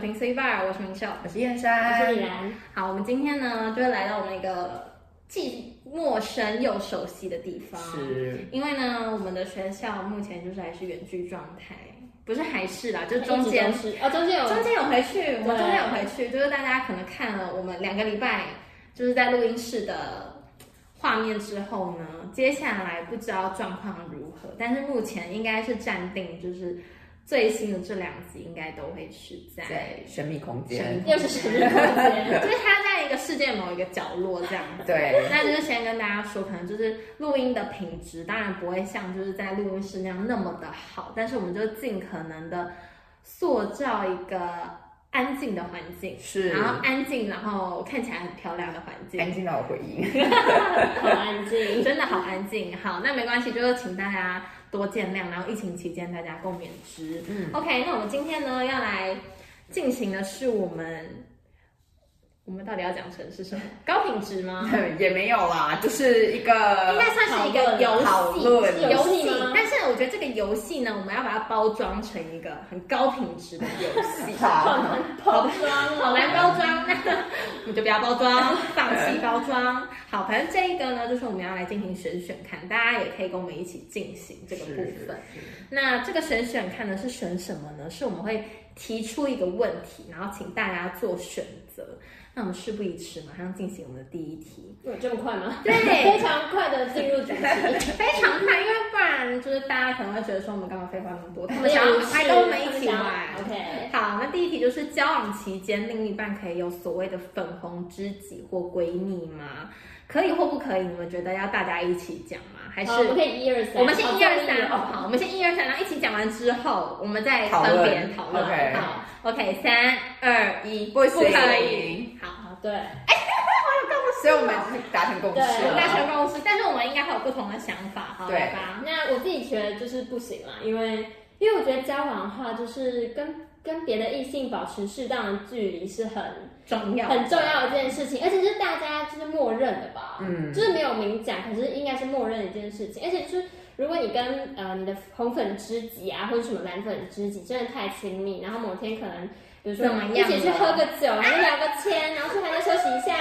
零 C Bar，我是明秀。我是燕我是山李，兰，好，我们今天呢，就会来到我们一个既陌生又熟悉的地方。，是因为呢，我们的学校目前就是还是远距状态，不是还是啦，就是中间一直都是哦，中间有中间有回去，我们中间有回去，就是大家可能看了我们两个礼拜就是在录音室的画面之后呢，接下来不知道状况如何，但是目前应该是暂定，就是最新的这两集应该都会是在，在神秘空神间秘，又是十日空间， 就是它在一个世界某一个角落这样子。对，那就是先跟大家说，可能就是录音的品质，当然不会像就是在录音室那样那么的好，但是我们就尽可能的塑造一个安静的环境，是然后安静，然后看起来很漂亮的环安境，静到我回应，好安静。真的好安静。好，那没关系，就是请大家多见谅，然后疫情期间大家共勉之。嗯 OK，那我们今天呢要来进行的是我们。我们到底要讲成是什么？高品质吗？ 也没有啦，就是一个应该算是一个 讨游论。戏，讨论游游戏吗但是我觉得这个游戏呢，我们要把它包装成一个很高品质的游 戏好，跑妆好难包装，我们就不要包装，放弃包装。好，反正这一个呢，就是我们要来进行选选看，大家也可以跟我们一起进行这个部分。是是那这个选选看呢是选什么呢？是我们会提出一个问题，然后请大家做选择。那我们事不宜迟，马上进行我们的第一题。有这么快吗？对非常快的进入主题。非常快，因为不然就是大家可能会觉得说我们干嘛废话那么多，他们 想要赶快跟我们一起玩。 OK，好，那第一题就是交往期间，另一半可以有所谓的粉红知己或闺蜜吗？可以或不可以？你们觉得要大家一起讲吗？还是好，我们可以一二三，呃我们先好一二三终于好有不好？我们先一二三，然后一起讲完之后，我们再讨分论别讨论。 OK 好，OK，三二一，不行可以。好，好，对，所以我们就是达成共识对我们大了，学共识，但是我们应该会有不同的想法，好，对来吧。那我自己觉得就是不行啦，因为因为我觉得交往的话，就是跟跟别的异性保持适当的距离是很重要，很重要的一件事情，而且是大家就是默认的吧，嗯就是没有明讲，可是应该是默认的一件事情，而且就是。如果你跟呃你的红粉知己啊，或者什么蓝粉知己，真的太亲密，然后某天可能，比如说怎么样一起去了喝个酒，然后聊个天，然后去海边休息一下，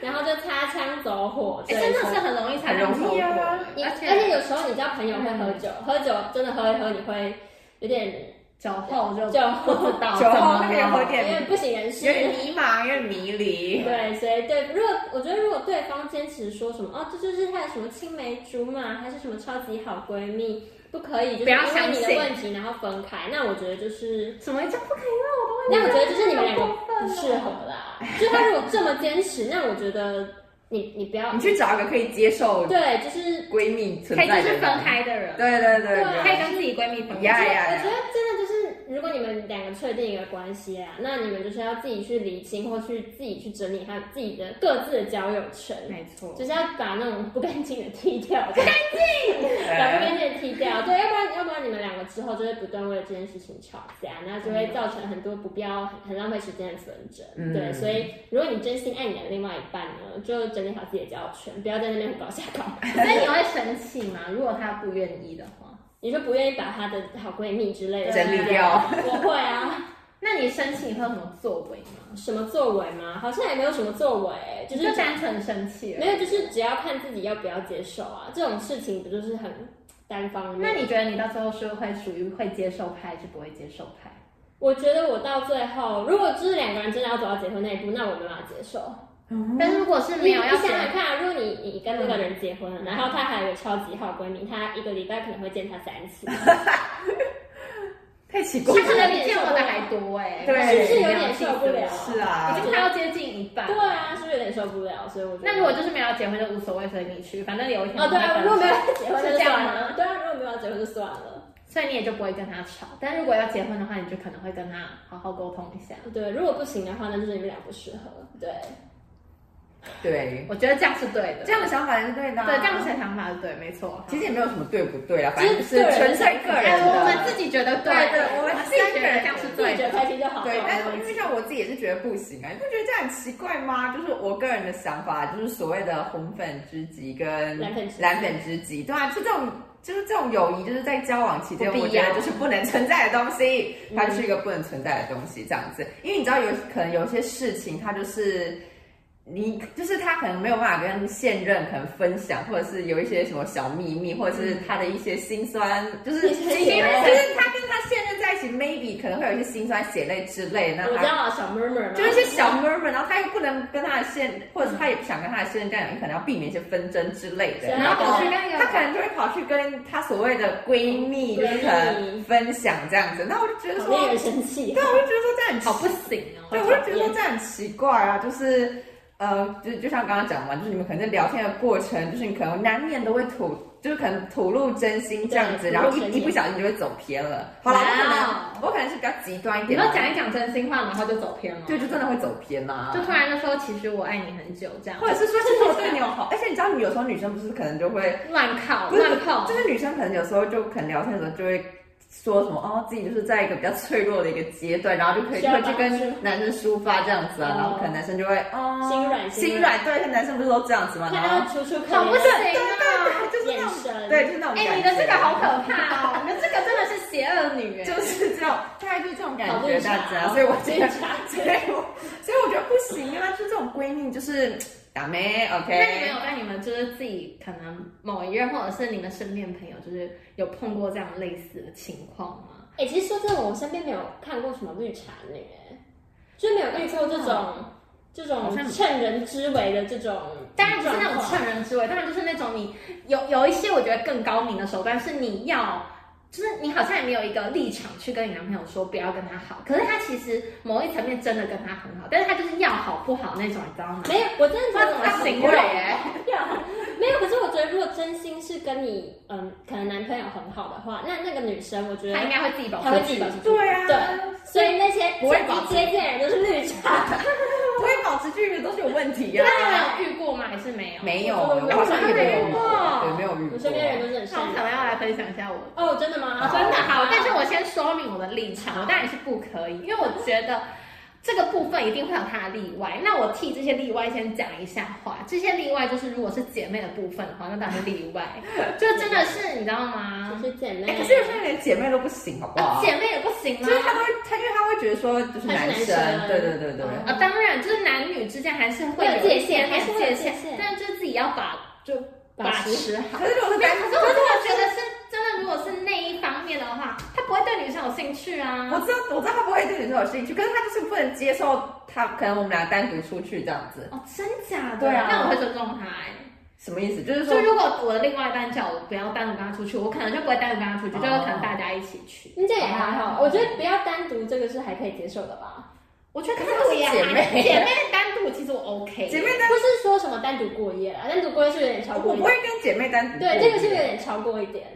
然后就擦枪走火，哎、真对的是很容易擦枪走火，很容易啊你而而且且有时候你知道朋友会喝酒，喝酒真的喝一喝你会有点酒后就酒不知道酒怎后么可以了。喝有点点不省人有点事。迷茫，有点迷离，对，所以对，如果我觉得如果对方坚持说什么哦，这就是他的什么青梅竹马，还是什么超级好闺蜜，不可以，就是不要因为你相信的问题然后分开，那我觉得就是，怎么叫不可以让哦我都会？那我觉得就是你们两个好过分不哦适合 啦。就他如果这么坚持，那我觉得你你不要你，去找一个可以接受对，就是闺蜜存可以就在的是人，分开的人，对啊对对对可以对，跟自己闺蜜分呀开。呀我觉得真的就是，如果你们两个确定一个关系啊，那你们就是要自己去理清，或去自己去整理他自己的各自的交友圈，没错，就是要把那种不干净的踢 掉，把不对干净的踢掉，对，要不然要不然你们两个之后就会不断为了这件事情吵架，那就会造成很多不必要、很很浪费时间的纷争。嗯对，所以如果你真心爱你的另外一半呢，就整理好自己的交友圈，不要在那边胡搞瞎搞。所以你会生气吗？如果他不愿意的话，你就不愿意把她的好闺蜜之类的呃整理掉，我会啊。那你生气你会有什么作为吗？什么作为吗？好像也没有什么作为、就就是是单纯生气而没已。有，就是只要看自己要不要接受啊。这种事情不就是很单方面？那你觉得你到最后是会属于会接受派，还是不会接受派？我觉得我到最后，如果就是两个人真的要走到结婚那一步，那我没办法接受。嗯但是如果是没有你要你想想结，看，如果你你跟那个人结婚了，然后她还有一个超级好闺蜜，她一个礼拜可能会见她三 次，太奇他怪是可了，能比见我的还多哎、对是不是有点受不了？是啊已，经快要接近一半。对啊，是不是有点受不了？所以我觉得那如果就是没有要结婚就无所谓，随你去，反正有一天哦对你啊，会如果没有分手结婚是这就样算了吗？，对啊，如果没有结婚就算了。所以你也就不会跟他吵。但如果要结婚的话，你就可能会跟他好好沟通一下。对，如果不行的话，那就是你们俩不适合。对，对，我觉得这样是对的，这样的想法是对的啊，对这样子的想法是对，没错。其实也没有什么对不对啊，就反是正就是纯粹个哎人的，我们自己觉得对对我们自己觉得这样是自己对觉得的。开心就好。对，但是因没为问题像我自己也是觉得不行啊，你不觉得这样很奇怪吗？就是我个人的想法，就是所谓的红粉知己跟蓝粉知己蓝粉知己，对啊，就这种就是这种友谊，就是在交往期间，不必要我觉得就是不能存在的东西，嗯它就是一个不能存在的东西，这样子。因为你知道有可能有些事情，它就是你，就是他可能没有办法跟现任可能分享，或者是有一些什么小秘密，或者是他的一些心酸，就是嗯你心是酸，血泪就是他跟他现任在一起，maybe 可能会有一些心酸血泪之类，那我他知道啊，小 murmur 就是一些小 murmur，然后他又不能跟他的现，或者是他也不想跟他的现任家长，可能要避免一些纷争之类的。是啊然后跑去跟一他可个能就会跑去跟他所谓的闺蜜，就是可能分享这样子。那我就觉得好说，令人生气对，。我就觉得说这样很好不奇，行哦，对，我就觉得说这样很奇怪啊，就是。呃，就就像刚刚讲嘛，就是你们可能在聊天的过程，就是你可能难免都会吐，就是可能吐露真心这样子，对然后吐露真一心一哦不小心就会走偏了。好了，我可哇能我可能是比较极端一你点都的，讲一讲真心话，然后就走偏了，对，就真的会走偏啦、就突然就说其实我爱你很久这样或，者是说，其实我对你有 好，而且你知道，你有时候女生不是可能就会，乱靠不是乱靠就，是女生可能有时候就可能聊天的时候就会说什么哦，自己就是在一个比较脆弱的一个阶段，然后就可以需要会去跟男生抒发这样子啊，哦然后可能男生就会哦心软心软，啊对，男生不是都这样子嘛，然后看到楚楚可好不怜行的啊！就是眼那种神，对，就是那种感觉。哎，你的这个好可怕哦，你的这个真的是邪恶女就人，是这种，大概就是这种感好觉，绿茶大哦家，所以我觉得绿茶，所以我所以我觉得不行啊，就这种闺蜜就是打妹，OK。那你们有在你们就是自己可能某一任或者是你们身边朋友，就是有碰过这样类似的情况吗？哎、其实说真的，我身边没有看过什么绿茶女、哎，就没有遇过这种、这好种像趁人之危的这种状况。当然不是那种趁人之危，当然就是那种你有有一些我觉得更高明的手段，是你要，就是你好像也没有一个立场去跟你男朋友说不要跟他好，可是他其实某一层面真的跟他很好，但是他就是要好不好那种，你知道吗？没有，我真的觉得我他很行怪为耶，没有。可是我觉得，如果真心是跟你嗯，可能男朋友很好的话，那那个女生，我觉得他应该会自己保护她会自自己己保。持住。对啊，对所以那些不会保持趁机接近的人都是绿 茶。不会保持距离的都是有问题呀、那你们有遇过吗？还是没有？没有，我我好像也没有遇我对，没有遇我过。身边的人都是很那我善可能要来良。分享一下我哦，真的吗？啊真的好，但是我我先说明我的立场，我当然是不可以，因为我觉得这个部分一定会有它的例外。那我替这些例外先讲一下话，这些例外就是如果是姐妹的部分的话，那当然是例外，就真的是你知道吗？是姐妹。哎、可是有些人连姐妹都不行，好不啊好？姐妹也不行吗就是？他都会，他因为他会觉得说，就是男他是男生对对对对。嗯啊，当然，就是男女之间还是会会有界限还还是是会有界界限限，但就是自己要把就把把持持好。可是如果是没有单，可是我真的觉得是真的，如果是那一方面的话，他不会对女生有兴趣啊。我知道，我知道他不会对女生有兴趣，可是他就是不能接受他，可能我们俩单独出去这样子，哦，真假的？对啊那我会尊重他、欸。什么意思？就是说就，如果我的另外一半叫我不要单独跟他出去，我可能就不会单独跟他出去，哦就是可能大家一起去。应该也还好，我觉得不要单独这个是还可以接受的吧。我觉得可单是独也她是姐还妹姐妹单独其实我 OK。姐妹单，不是说什么单独过夜啦，单独过夜是有点超我过一不点。会跟姐妹单独。对，这个是有。点超过一点。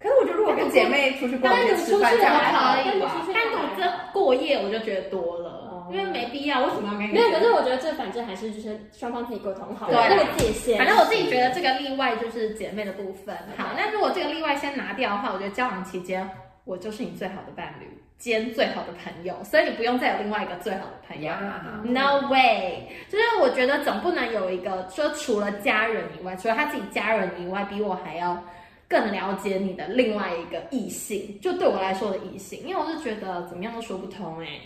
可是我觉得如果跟姐妹出去逛单街独出吃去饭，这样还好我可以吧单独出去单独这过夜我就觉得多了哦，因为没必要，为什么要跟你？没有，可是我觉得这反正还是就是双方自己沟通好，对那个界限。啊反正我自己觉得这个例外就是姐妹的部分。好，那如果这个例外先拿掉的话，我觉得交往期间我就是你最好的伴侣兼最好的朋友，所以你不用再有另外一个最好的朋友。呀， No way！就是我觉得总不能有一个说除了家人以外，除了他自己家人以外，比我还要更了解你的另外一个异性，就对我来说的异性，因为我是觉得怎么样都说不通 哎、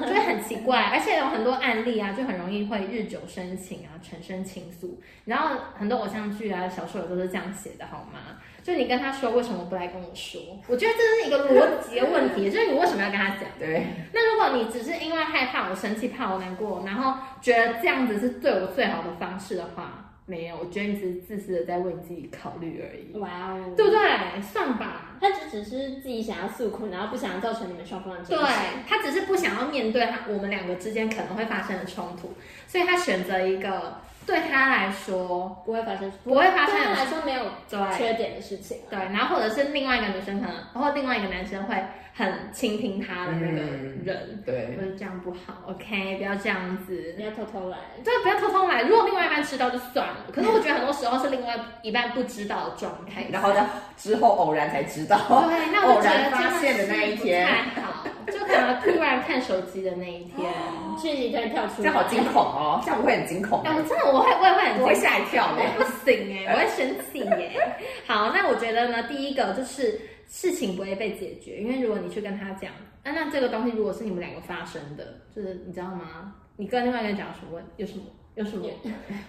就是很奇怪，而且有很多案例啊，就很容易会日久生情啊，产生情愫。然后很多偶像剧啊、小说也都是这样写的，好吗？就你跟他说为什么不来跟我说？我觉得这是一个逻辑的问题，就是你为什么要跟他讲？对，那如果你只是因为害怕我生气、怕我难过，然后觉得这样子是对我最好的方式的话，没有，我觉得你只是自私的在为你自己考虑而已，嗯哇哦，对不对？算吧。他只只是自己想要诉苦，然后不想造成你们双方的对争执。嗯他只是不想要面对他我们两个之间可能会发生的冲突，所以他选择一个对他来说不会发生，不会发生对他的来说没有啊对缺点的事情对，啊。然后或者是另外一个女生可能，或另外一个男生会很倾听他的那个嗯人，我对，觉得这样不好，OK，不要这样子。你要偷偷来，对，不要偷偷买。如果另外一半知道就算了，可是我觉得很多时候是另外一半不知道的状态。然后呢，之后偶然才知道。对，那我偶觉得然发现的那一天真的是不太好，就可能啊，突然看手机的那一天。哦讯息突然跳出这来，样好惊恐哦，这样我会很惊恐哎、。我真的我会我也会我会很吓一跳我不行哎、我会生气耶、 好，那我觉得呢，第一个就是事情不会被解决，因为如果你去跟他讲，啊，那这个东西如果是你们两个发生的，就是你知道吗？你跟另外一个人讲有什么问有什么有什么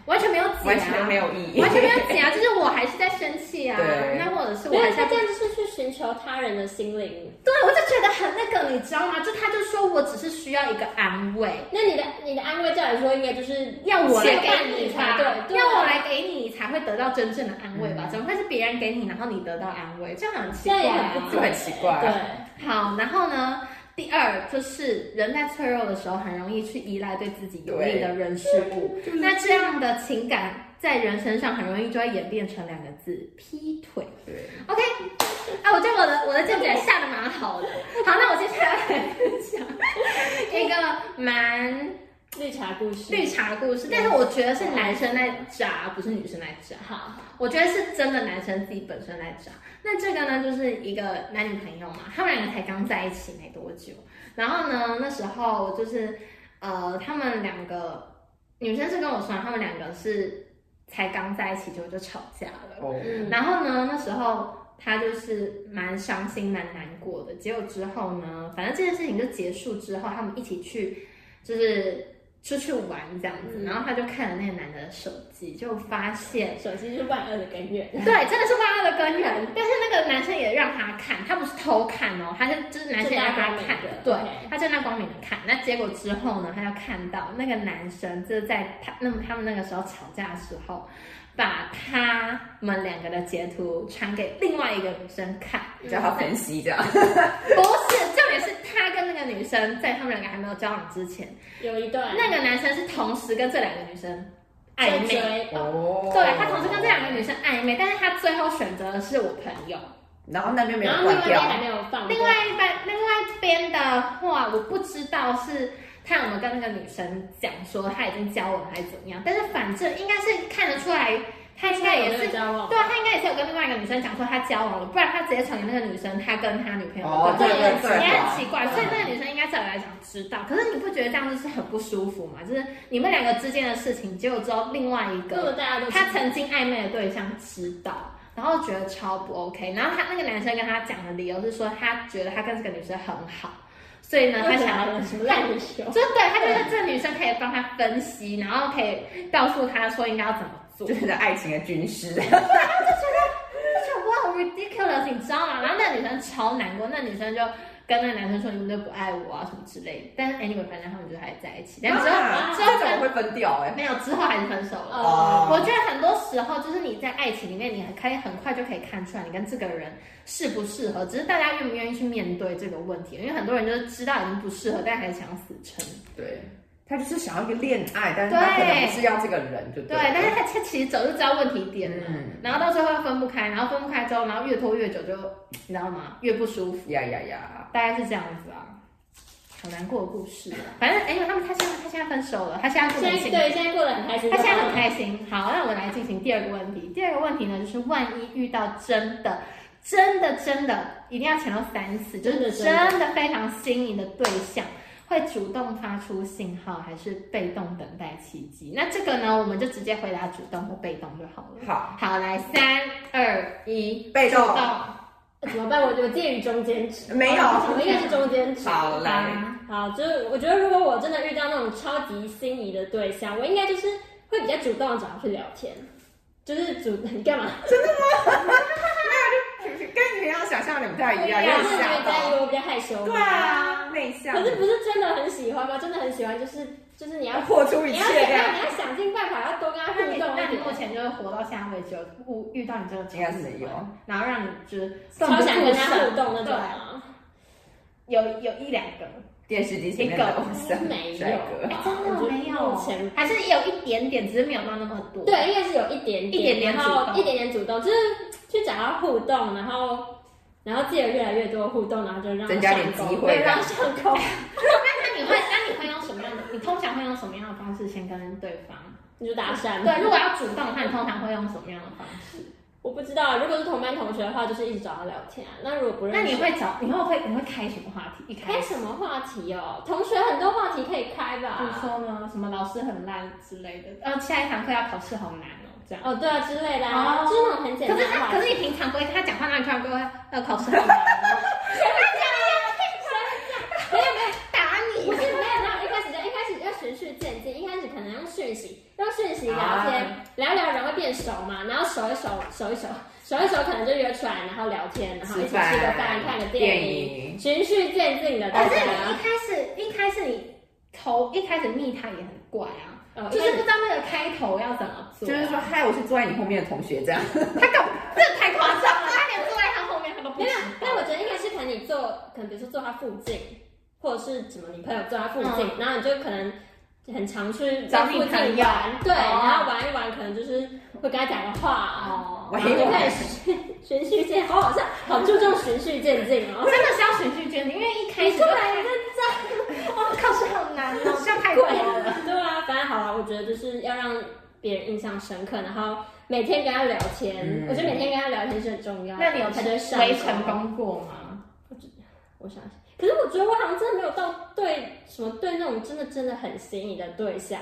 完全没有解完全啊没，有意义，完全没有解啊，就是我还是在生气啊对，那或者是没我有还是他在这样就是去寻求他人的心灵。对，我就觉得很那个，你知道吗？就他就说我只是需要一个安慰，那你的你的安慰，照理说应该就是要我来先看给你你才吧，对，对啊要我。来给你才会得到真正的安慰吧？怎么会是别人给你，然后你得到安慰？这样很奇这怪、样也啊很不，就很奇怪啊。对，好，然后呢？第二就是人在脆弱的时候，很容易去依赖对自己有利的人事物。那这样的情感在人身上很容易就会演变成两个字：劈腿。对， OK，啊，我觉得我的我的见解下的蛮好的。好，那我接下来来分享一个蛮绿茶故事，绿茶故事，但是我觉得是男生在渣，不是女生在渣。好，我觉得是真的男生自己本身在渣。那这个呢，就是一个男女朋友嘛，他们两个才刚在一起没多久。然后呢，那时候就是呃，他们两个女生是跟我说，他们两个是才刚在一起就就吵架了。哦，嗯，然后呢，那时候他就是蛮伤心、蛮难过的。结果之后呢，反正这件事情就结束之后，他们一起去就是出去玩这样子。嗯然后他就看了那个男的手机，就发现，手机是万恶的根源，对，真的是万恶的根源。但是那个男生也让他看，他不是偷看哦，他是就是男生也让他看正大光明的，对 OK，他正大光明的看。那结果之后呢，他就看到那个男生就是在他那么他们那个时候吵架的时候。把他们两个的截图传给另外一个女生看，叫他分析这样，不是，重点是他跟那个女生在他们两个还没有交往之前，有一段那个男生是同时跟这两个女生暧在昧，追，哦，对他同时跟这两个女生暧昧，但是他最后选择的是我朋友。然后那边没有然后另关外一边掉，还没有放，另外一半，另外一边的话，我不知道是他有没有跟那个女生讲说他已经交往还是怎么样，但是反正应该是看得出来，他应该也有没是哦有交往，对啊，他应该也是有跟另外一个女生讲说他交往了，不然他直接传给那个女生，他跟他女朋友的哦照对对也对很奇怪。对所以那个女生应该照理来讲知道，可是你不觉得这样就是很不舒服吗？就是你们两个之间的事情，结果之后另外一那么个大家都知道他曾经暧昧的对象知道。然后觉得超不 OK，然后他那个男生跟他讲的理由是说，他觉得他跟这个女生很好，所以呢，他为什想要么什么烂理由？就对他觉得这个女生可以帮他分析，然后可以告诉他说应该要怎么做就。是爱情的军 师，就觉得哇 ridiculous，你知道吗？然后那个女生超难过，那女生就跟那个男生说你们都不爱我啊什么之类的。但是 anyway，反正他们就还在一起，但之后、啊之这后怎么分会分掉？哎，没有之后还是分手了。哦我觉得很多时候就是你在爱情里面，你很可以很快就可以看出来你跟这个人适不适合，只是大家愿不愿意去面对这个问题。因为很多人就是知道已经不适合，但还想死撑。对，他就是想要一个恋爱，但是他可能不是要这个人，就对，了但是他其实早就知道问题点了，嗯然后到最后又分不开，然后分不开之后，然后越拖越久就，你知道吗？越不舒服。呀呀呀，大概是这样子啊，好难过的故事啊。反正哎呦，他们他现在他现在分手了，他现在现不开在心，对现在过得很开心，他现在很开心。好，那我们来进行第二个问题。第二个问题呢，就是万一遇到真的。真的真的一定要强调三次，就真的是真的非常心仪的对象，会主动发出信号，还是被动等待契机？那这个呢，我们就直接回答主动或被动就好了。好，好，来三二一，被主动动，怎么办？我我介于中间值，没有我应该是中间值。好来，啦，好，就是我觉得如果我真的遇到那种超级心仪的对象，我应该就是会比较主动地找他去聊天，就是主你干嘛？ 跟你平常想象的不太哎一对样，啊有就是点因吓为在意到，我比较害羞。对。啊，内向，可是不是真的很喜欢吗？真的很喜欢，就是就是你要豁出一你切要这怎样？样，你要想尽办法要多跟他互那你动那一你目点。前就是活到下位只有遇遇到你这个应该是没有，然后让你就是超想跟他互动那对种，啊，有有一两个，电视机前面的偶像没有哎帅哥，真的没有目前，还是有一点点，只是没有到那么多。对，应该是有一点一点点然主后动一点点主动，就是去找他互动，然后然后记得越来越多互动，然后就让他增加上点钩机会对，让他上钩。那你会那你会用什么样的？你通常会用什么样的方式先跟对方？你就搭讪， 对，如果要主动的话，你通常会用什么样的方式？我不知道，如果是同班同学的话，就是一直找他聊天啊。那如果不认识，那你会找，你会会你会开什么话嗯题？一开开始什么话题哦？同学很多话题可以开吧？比如说呢，什么老师很烂之类的，呃，下一堂课要考试好难哦，这样。哦，对啊之类的、哦啊，就是那种很简可单是的话他，题。可是你平常不会，他讲话那你突然跟我要呃考试好难哦，没有没有，打你不。是没有，然后一开始就一开始要循序渐进，一开始可能用讯息，用讯息聊天，聊一聊人会变熟嘛，然后熟一熟，熟一熟，熟一熟可能就约出来，然后聊天，然后一起吃个饭，看个电影，影，循序渐进的可大是你家 一。开始一开始你头一开始密他也很怪啊，哦就是不知道那个开头要怎么做。就是说，啊嗨，我是坐在你后面的同学这样。他搞这太夸张了，他连坐在他后面他都不没知有，道但。我觉得应该是可能你坐，可能比如说坐他附近，或者是什么你朋友坐他附近，然后你就可能很常去找你附朋近友玩，对，哦然后玩一玩，可能就是会跟他讲个话，啊哦然后就开始循循序渐，好好像好注重循序渐进 哦。真的是要循序渐进，因为一开始就对，哦，考试好难哦，这样太贵了。 对啊，反正好了，我觉得就是要让别人印象深刻，然后每天跟他聊天，嗯我觉得每天跟他聊天是很重要的。那你有 他就会上没钩成功过吗？我想想，可是我觉得我好像真的没有到对什么对那种真的真的很心仪的对象，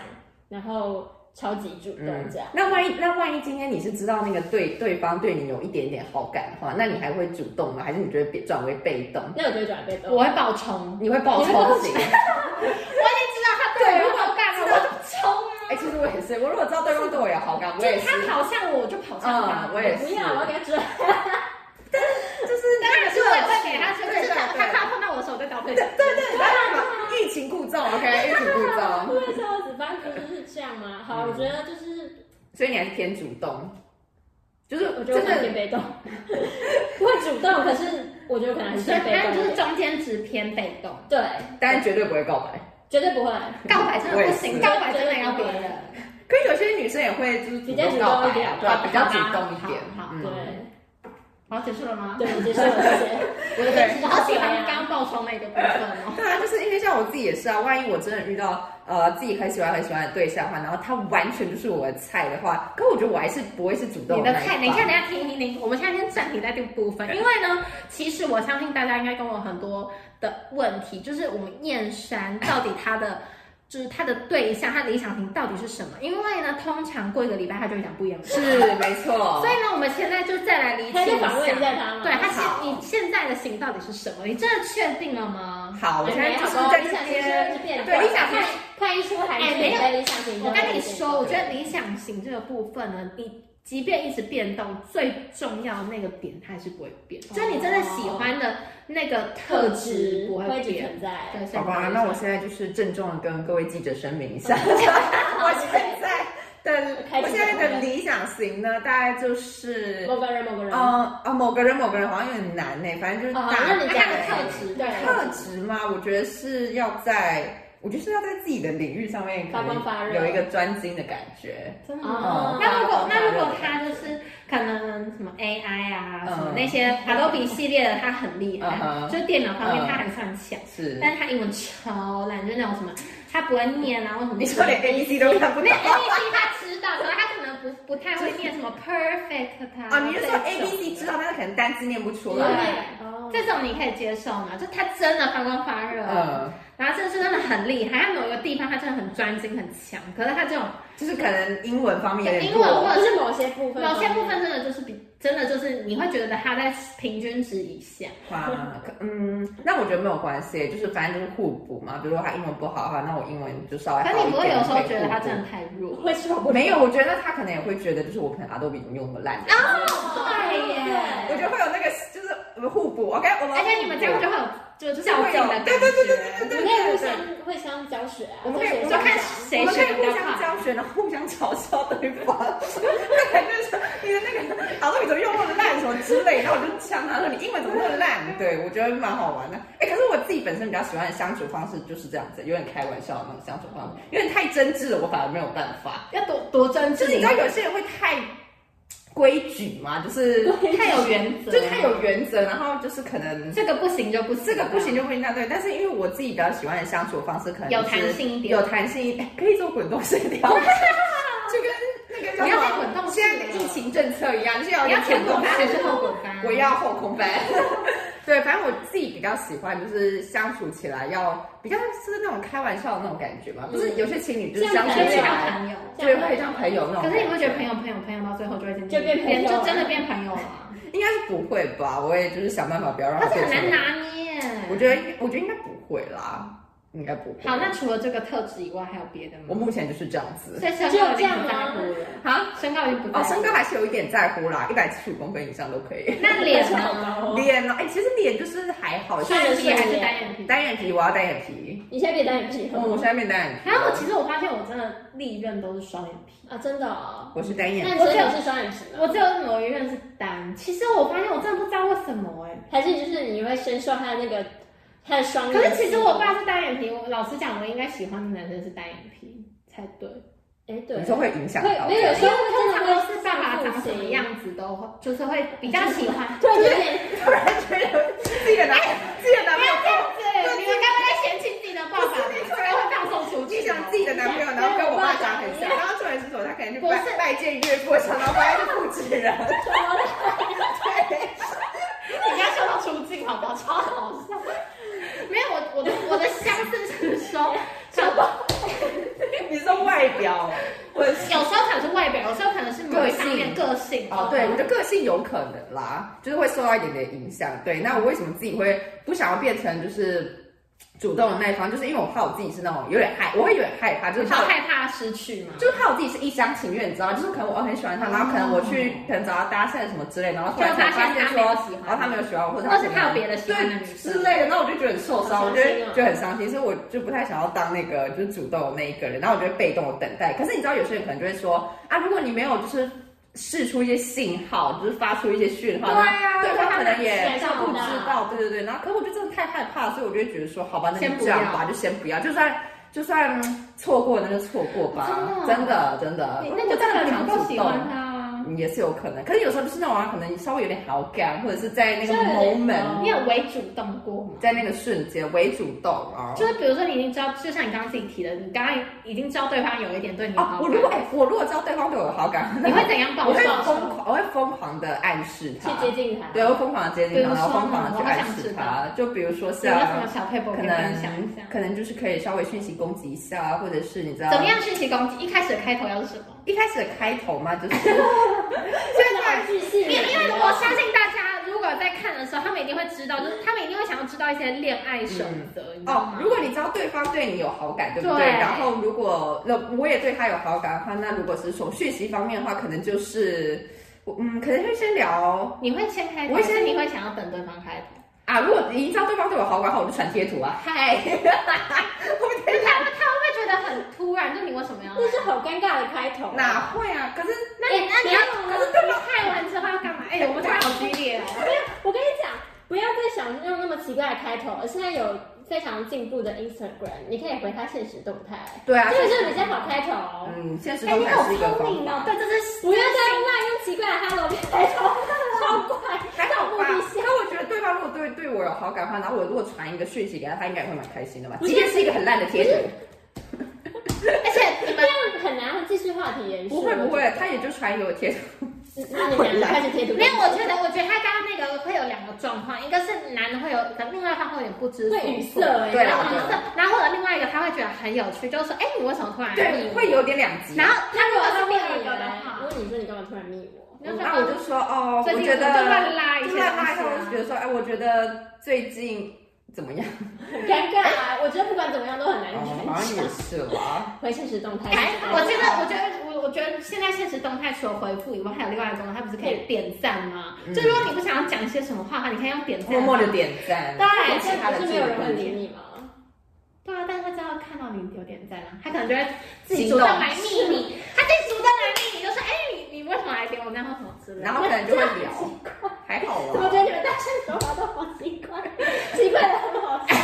然后超级主动嗯这样。嗯那万一那万一今天你是知道那个对对方对你有一点点好感的话，那你还会主动吗？还是你觉得别转为被动？那我就会转被动，我会爆冲，你会爆冲型？我已经知道他对我有好感了，我就冲啊！ 哎、其实我也是，我如果知道对方对我有好感，我就也是是。他跑向我，我就跑向他。嗯我也不要，我要给他追。 就是当然是我也会给他，对就对是他对他碰到我的手就倒退。对对，当然了，欲擒故纵，OK，欲擒故纵。对，笑死，反正就是这样嘛。好，我觉得就是，所以你还是偏主动，就是我觉得真我有的点被动，不会主动，可是我觉得我可能还是所以被他动就一是点。中间值偏被动，对，当然绝对不会告白。绝对不会，告白真的不行，我也是告白真的要别人。可是有些女生也会就是主比较动主告白动一点啊，对啊，好比较主动一点。好好嗯，对，好，结束了吗？对，我接受了这些。我的天我好喜欢刚刚爆冲那个部分哦。对啊，就是因为像我自己也是啊，万一我真的遇到呃自己很喜欢很喜欢的对象的话，然后他完全就是我的菜的话，可我觉得我还是不会是主动你的那一菜，方等一下，等一下，停停停，我们现在先暂停在这个部分，因为呢，其实我相信大家应该跟我很多的问题，就是我们燕山到底他的。就是他的对象，他理想型到底是什么？因为呢，通常过一个礼拜他就会讲不一样的话，是没 错所。以呢，我们现在就再来厘清他就一访问一下，下他嘛。对他现好你现在的型到底是什么？你真的确定了吗？好，我现在就是在这边，对，对，理你想想型看看一出韩剧，哎没有对理想型。我跟你说，我觉得理想型这个部分呢，你即便一直变动，最重要的那个点它还是不会变，哦就是你真的喜欢的那个特特质质不会会一直变。存在。对，所以好吧，不那要我想现在就是郑重的跟各位记者声明一下，我现在的开我记现者在会的理想型呢，大概就是某个人某个人。哦，呃啊某个人某个人好像有点难呢、反正就是大、那你讲的大概特质，对，特质嘛，我觉得是要在，我觉得是要在自己的领域上面发光发热有一个专精的感觉。真的吗。哦嗯那如果那如果他就是可能什么 AI 啊，什么嗯那些 Adobe 系列的，他很厉害嗯，哼就是电脑方面嗯他还算强，是，但是他英文超烂，就那种什么他不会念啊，或什么你说连 A B C 都看不没到 有 A B C 他知道，可是他可能不不太会念什么 perfect 他啊？你是说 A 这种 B C 知道，但是可能单字念不出对来。哦，这种你可以接受吗？就他真的发光发热，嗯，然后这是真的很厉害，他某个地方他真的很专精很强，可是他这种就是可能英文方面有点英文弱。或者就是是某些部分，某些部分真的就是比真的就是你会觉得他在平均值以下，啊，可嗯，那我觉得没有关系，就是反正就是互补嘛。比如说他英文不好的话，那我英文就稍微好可是一点。你不会有时候可以觉得他互补真的太弱？会受不了。没有，我觉得他可能也会觉得，就是我可能阿都比你用的烂。对耶我觉得会有那个就是呃互补。OK，我们而且你们这样就会有就就较是会劲有的感觉，对对对对对我对们可以对互对。相会相交学啊，我们可以我们就是就看相我谁们可学以的比互较快。相教学，然后互相嘲笑对方，那感觉是你的那个好像你怎么用那么烂什么之类，然后我就呛他说你英文怎么那么烂？对我觉得蛮好玩的。哎、可是我自己本身比较喜欢的相处方式就是这样子，有点开玩笑的那种相处方式，有点太真挚了，我反而没有办法。要多多真就是挚，你知道有些人会太规矩嘛，就是太有原则，就是太有原则，然后就是可能这个不行就不行这个不行就不行那对，但是因为我自己比较喜欢的相处方式，可能有就是 弹性一点 有弹性一点，可以做滚动协调，就跟那个叫你什要么再滚动式现在跟疫情政策一样，就是要你有要点前滚滚动翻，式是后滚翻。 我要后空翻。 对，反正我自己比较喜欢，就是相处起来要比较是那种开玩笑的那种感觉吧。不是有些情侣就是相处就起嗯像来，朋友，对，会像朋友那种可感。是你会觉得朋友朋友朋友到最后就会变就变朋友变就了真的变朋友了，应该是不会吧？我也就是想办法不要让它他是变很成难。拿捏。我觉得应，我觉得应该不会啦，应该不会。好，那除了这个特质以外，还有别的吗？嗯我目前就是这样子。所以身只有高已这经样不在吗乎了，啊，身高已经不在哦，乎。身高还是有一点在乎啦，一百七十五公分以上都可以。那脸呢？脸呢？哎，其实脸就是还好，双眼皮还是脸单眼皮？单眼皮，我要单眼皮。你现在变单眼皮嗯，我了现在变单眼皮然后了。其实我发现我真的历任都是双眼皮，啊？真的哦？我是单眼那皮。你所以你是双眼皮吗？我只有某一任是单。其实我发现我真的不知道为什么哎、还是就是你会深受他的那个他的双眼？可是其实我，爸是单眼皮，我老实讲，我应该喜欢的男生是单眼皮才对。哎，对，你说会影响会到没有有时因候为通真常的都会是爸爸长什么样子都会，就是会比较喜欢。突然有点 突然觉得自己的男哎自己的男不朋要友这样子，你们该不会在嫌弃自己的爸爸吧？这个会放送出去哦。你想自己的男朋友，然后跟我爸长很像，然后重点是什么？他可能去拜不是拜见岳父，想到拜是复制 人。你不要笑到出镜好不好？超好笑。没有我我的我的相似是说，就 你说外表，我有时候可能是外表，有时候可能是某一方面个性。哦，对，我的个性有可能啦，就是会受到一点点影响。对，那我为什么自己会不想要变成就是主动的那一方？就是因为我怕我自己是那种有点害，我会有点害怕，就是你怕好害怕失去吗？就是怕我自己是一厢情愿，你知道？就是可能我很喜欢他，然后可能我去可能找他搭讪什么之类，然后突然才发现哦就发现他说没有喜欢，然后他没有喜欢我，或者或是怎么他样有别的喜欢的女生之类的，那我就觉得很受伤，好我啊伤觉心得哦就很伤心，所以我就不太想要当那个就是主动的那一个人，然后我就会被动的等待。可是你知道，有些人可能就会说啊，如果你没有就是试出一些信号，就是发出一些讯号，对啊对对方啊可能也谁知道不知啊道，对对对。然后，可是我就真的太害怕，所以我就会觉得说，好吧，那先就不这样要吧，就先不要，就算。就算嗯错过，那就错过吧。真啊真的，真的，那就我代表真的你想不够喜主欢动他啊。嗯也是有可能。可是有时候就是那种啊可能稍微有点好感，或者是在那个稍微有点你 moment，有为主动过吗？在那个瞬间为主动啊。就是比如说，你已经知道，就像你刚刚自己提的，你刚刚已经知道对方有一点对你有哦，好我感，如果、哎我如果知道对方对我有好感，你会怎样报我复会？疯狂，我会疯狂的暗示去他，接近他，对，我会疯狂的接近他，比如然说后疯狂的去我好暗想知示道他。就比如说有没有什么小像 paper 可可以能分享一下？可能就是可以稍微讯息攻击一下，或者是你知道怎么样讯息攻击？一开始的开头要是什么？一开始的开头嘛，就 是真的好巨细因迷为哦，因为我相信大家如果在看的时候，他们一定会知道，就是他们一定会想要知道一些恋爱守则，你知道哦吗，？如果你知道对方对你有好感，对不对？对然后如果那我也对他有好感的话，那如果是从讯息方面的话，可能就是我嗯，可能会先聊你会先开头，我还会是先你会想要等对方开头？啊。如果你知道对方对我好感的话，我就传贴图啊。嗨， 他会他会不会觉得很突然？就你为什么要来？这是好尴尬的开头，哪会啊？可是那你那你哎要没有啊可是对方开完之后要干嘛？哎，我们突然好激烈哦！我跟你讲，不要再想用那么奇怪的开头，而现在有非常进步的 Instagram，你可以回他现实动态，对啊，这个是比较好开头。嗯，现实哎，动你好态聪是一个方明哦！法。对，这是不要再乱用奇怪的 hello 开头，超怪，还到好目吧啊的，可性。我觉得对方如果对对我有好感的话，然后我如果传一个讯息给他，他应该也会蛮开心的吧？不即是便是一个很烂的贴图，而且你这们样很难继续话题延续。不会不会，他也就传一个贴图。那你们俩开始贴图，没有，我觉得我觉得他刚刚那个会有两个状况，一个是男的会有，可能另外一方会有点不知所会措，语塞哎，对然啊后对啊然后或者另外一个他会觉得很有趣，就是说，哎，你为什么突然密对，我会有点两极。啊然后他他如如果果是是密第你二个的呢？如话，果你说你干嘛突然密我？那那我就说哦，最我近觉我就乱得拉一就些乱拉一下，东西我啊就觉得说，哎，我觉得最近怎么样？哦很尴尬，我觉得不管怎么样都很难好看。像也是 哦啦。回现实动态，哎，我觉得，我觉得，我我觉得现在现实动态除了回复以外，还有另外一个功能，它不是可以点赞吗？嗯就如果你不想要讲一些什么话，你可以用点赞。默默的。点赞，对哎，其现他在的不就是没有人会理你吗？对啊，但是他只要看到你有点赞啊，他可能就会自己行主动动来密你，他自己主动来密你，就说，哎，你你为什么来点我赞或什么之类的。然后可能就会聊，还好我觉啦。得你们大声说话都好奇怪，奇怪的很好笑。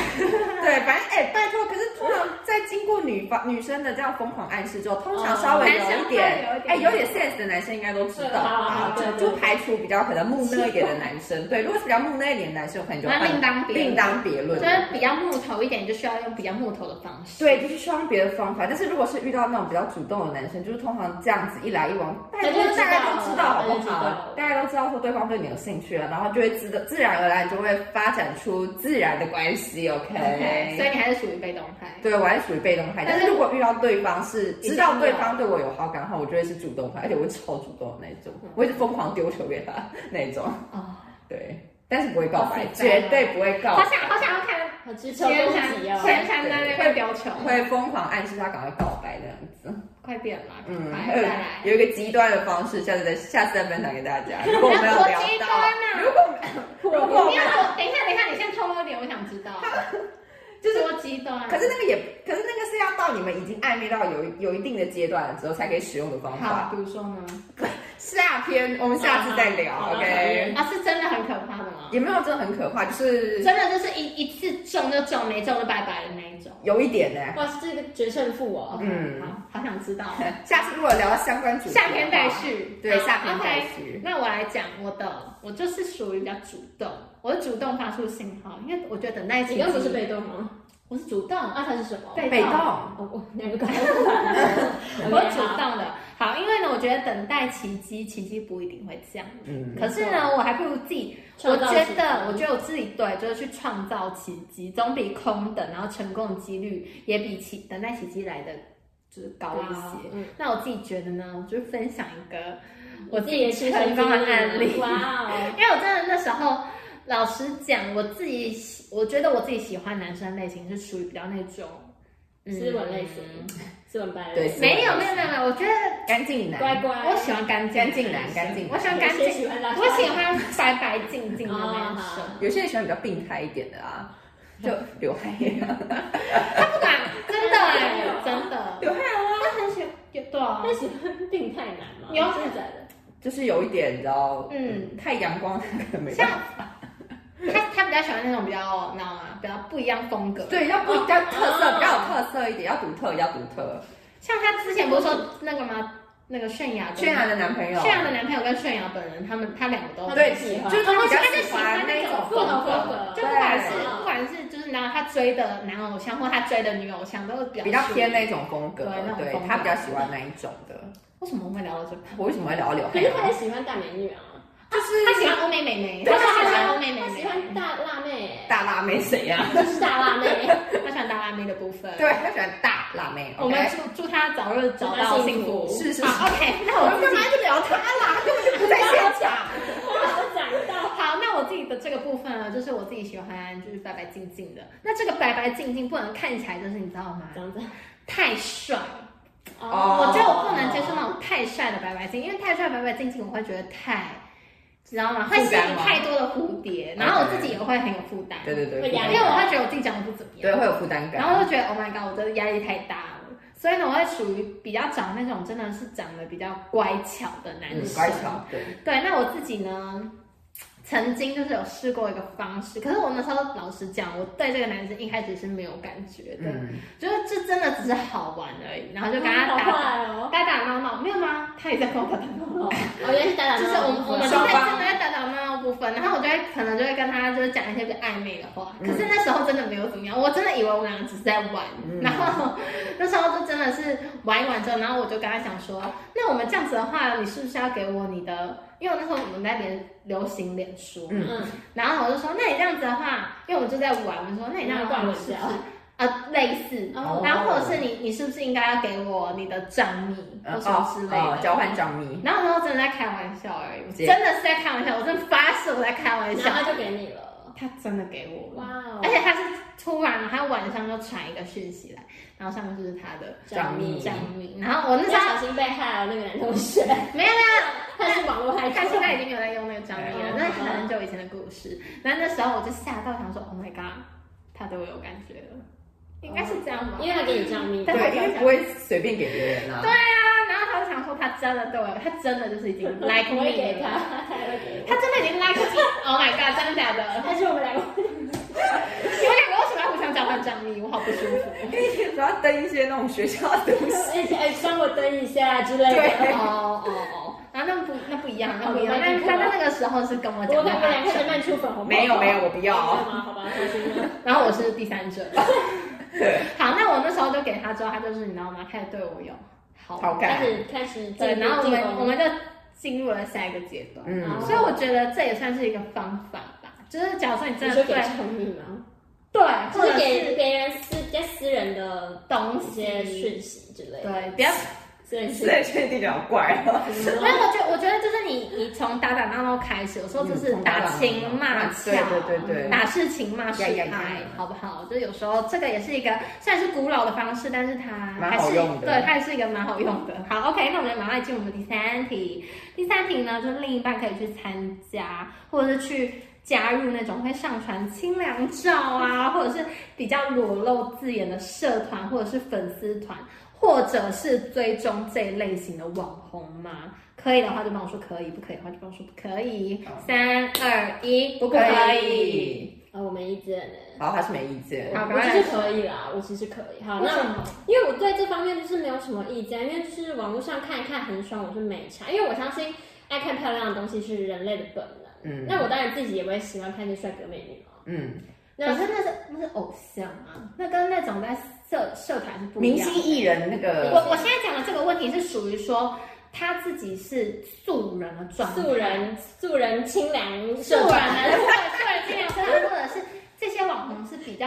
对，反正哎，拜托，可是通常在经过女方女生的这样疯狂暗示之后，通常稍微有一哦点男生会有一点，哎、有点 sense 的男生应该都知道，啊对好好就对对就排除比较可能木讷一点的男生。对，如果是比较木讷一点的男生，我可能就那换另当别论另当别就论。是比较木头一点，就需要用比较木头的方式。对，就是需要用别的方法。但是如果是遇到那种比较主动的男生，就是通常这样子一来一往，大家大家就知大道家都知道好不大家就知道好？大家都知道说对方对你有兴趣了，然后就会自自然而然就会发展出自然的关系。OK，, OK，所以你还是属于被动派。对，我还属于被动派，但但是是如果遇到对方是已经知道对方对我有好感的话，我就会是主动派，而且我会超主动的那一种，我会是疯狂丢球给他那一种，哦，对，但是不会告白，哇塞绝对不会告好白，想好想要看好直球攻前山击哦，前山在那边标球，会疯狂暗示他赶快告白这样子。快点啦，嗯，快还有再来。有一个极端的方式，下次再下次再分享给大家。如果我我没有聊极端到，啊！如果如如果你要等一下，等一下，你先透露一点，我想知 道。就是多极端。可是那个也，可是那个是要到你们已经暧昧到有有一定的阶段了之后才可以使用的方好，法。比如说呢？下篇我们下次再聊好好好，OK？啊，是真的很可怕的吗？也没有真的很可怕，就是真的就是一一次中就中，没中就拜拜的那一种。有一点呢、 哇，是这个决胜负哦，嗯好，好想知道。下次如果聊到相关主题，下篇再。续。对，好下篇 OK 再续。那我来讲我的，我就是属于比较主动，我是主动发出信号，因为我觉得等待期你刚不是被动吗？我是主动，那啊它是什么？被被动动，哦，我两个搞不完 OK，我是主好动的。好，因为呢，我觉得等待奇迹，奇迹不一定会降临。嗯，可是呢，我还不如自己，我创造觉奇迹得，我觉得我自己对，就是去创造奇迹，总比空等，然后成功的几率也比奇等待奇迹来的就是高一些。嗯，那我自己觉得呢，我就分享一个我我自自己也己是成功的案例。哇哦，因为我真的那时候，老实讲，我自己喜，我觉得我自己喜欢男生类型是属于比较那种、嗯斯文类型，斯文败类对型，没有没有没有没有，我觉得干净男，乖乖，我喜欢干净干净男，干净我男。喜欢干有些净，喜欢拉我喜欢啊白白净净的男生。哦有些人喜欢比较病态一点的啊， 就刘海啊，他不管，真的哎、真的，刘海啊，他很喜欢，对啊他，喜欢病态男吗？有真的假的？就是有一点，你知道，嗯嗯，太阳光可能没像办法。他他比较喜欢那种比较，你知道吗？比较不一样风格。对，要不一定要特哦色，比较有特色一点，要独特，要独特。像他之前不是说那个吗？那个泫雅，泫雅的男朋友，泫雅嗯的男朋友跟泫雅本人，他们他两个都对，喜欢就是他比较他就喜喜欢啊欢那那种种复风合风格，格，就不管是对不管是就是然后他追的男偶像或他追的女偶像，都是比较比较偏。那种风格对那种，对风格他比较喜欢那一种的。为什么我们会聊到这？我为什么会聊刘海可是啊？他也喜欢大美女啊，就是他喜欢欧美美眉，对他啊说他喜他喜欢欢欧美美他眉，喜欢大辣妹，大辣妹谁啊呀、就是大辣妹， 他喜欢大辣妹的部分。对，，他喜欢大辣妹。我们祝祝他早日找到幸福。是是好，OK，那 我我们自干己嘛一直聊他啦？根本就 不在现场。好讲到 好，那我自己的这个部分呢，就是我自己喜欢就是白白净净的。那这个白白净净不能看起来就是你知道吗？这样子，太帅。我哦觉得我不能接受那种太帅的白白净，因为太帅白白净净我会觉得太，知道吗？会吸负担引吗太多的蝴蝶，然后我自己也会很有负担，对对对，会压因力为我会觉得我自己讲的不怎么样，对啊会有负担感。然后就觉得 Oh my god，我的压力太大了。所以呢，我会属于比较找那种真的是长得比较乖巧的男嗯生。乖巧，对，对，那我自己呢，曾经就是有试过一个方式，可是我那时候老实讲，我对这个男生一开始是没有感觉的，嗯，就是这真的只是好玩而已，然后就跟他好打打、坏哦，打打闹闹，没有吗？他也在跟我打打闹闹。我原来是大辣就妹，是我们我们双现在方真的在打打闹闹部分，然后我就会可能就会跟他就是讲一些比较暧昧的话，可是那时候真的没有怎么样，我真的以为我们两个只是在玩，嗯然后那时候就真的是玩一玩之后，然后我就跟他讲说，那我们这样子的话，你是不是要给我你的？因为那时候我们在脸流行脸书，嗯嗯，然后我就说，那你这样子的话，因为我们就在玩，我就说，那你这样的话，嗯你是不是呃类似？哦然后或者是你你是不是应该要给我你的账密或什么之类的？哦，交换账密，然后那时候真的在开玩笑而已，我姐真的是在开玩笑，我真的发誓我在开玩笑然。后他就给你了，他真的给我哇了，哦，而且他是突然，他晚上就传一个讯息来，然后上面就是他的讲你嗯账密，然后我那时要候小心被害哦，那个男同学，没有没他是网络害有，他客现，在已经没有在用那个账密哦了，那是很久以前的故事。然后那时候我就吓到，想说 Oh my god，他对我有感觉了，应该是这样吧。哦因为他给你账密，但是对，因为不会随便给别人啊。对，啊，然后他就想说他真的对我有，他真的就是已 经 like 我会 me 给了，他，他才会给我，他 Oh 真的已经 like me，Oh my god，真的假的？但是我们两个你们两个为什么要互相交换账密，我好不舒因 服。为主要登一些那种学校的东西。哎 哎，帮我登一下之类的。哦哦哦，然后那不那不一样，那不一样。哦但那是不他在那个时候是跟我我讲看的我们俩开始漫出粉红泡泡，没有没有，我不要。 干嘛？好吧，开心了。然后我是第三者。对，好，那我那时候就给他之后，他就是你知道吗？开始对我有好好开感。始开始对，然后我进们攻我们就进入了下一个阶段。嗯，所以我觉得这也算是一个方法吧，就是假如说你真你的说对给宠你吗？对，就或者是是给别人私比较私人的东一西些讯息之类的，对，不要。私人讯是在确定比较怪哦。 息。 但是我觉得，我觉得就是你，你从打打闹闹开始，有时候就是嗯打情骂俏，对对对对打是情骂是呀呀呀爱，好不好？就有时候这个也是一个虽然是古老的方式，但是它蛮还好是用的对，它也是一个蛮好用的。好，OK，那我们马上来进入我们第三题。第三题呢，就是另一半可以去参加，或者是去。加入那种会上传清凉照啊，或者是比较裸露字眼的社团，或者是粉丝团，或者是追踪这一类型的网红吗？可以的话就帮我说可以，不可以的话就帮我说不可以好。三二一，不不可可以。以。 啊，我没意见呢。好，他是没意见。好我其实可以啦，我其实可以。好，为什那么？因为我对这方面就是没有什么意见，因为就是网络上看一看很爽，我是没差。因为我相信爱看漂亮的东西是人类的本能。嗯那我当然自己也会喜欢看一些帅哥美女嘛。嗯，可是那是那是偶像啊，那跟那种在社社团是不一明样星的。艺人那个 我我现在讲的这个问题是属于说他自己是素人的状态，素人素人清凉素社人团，啊 的素人尽量生活，或者是这些网红是比较，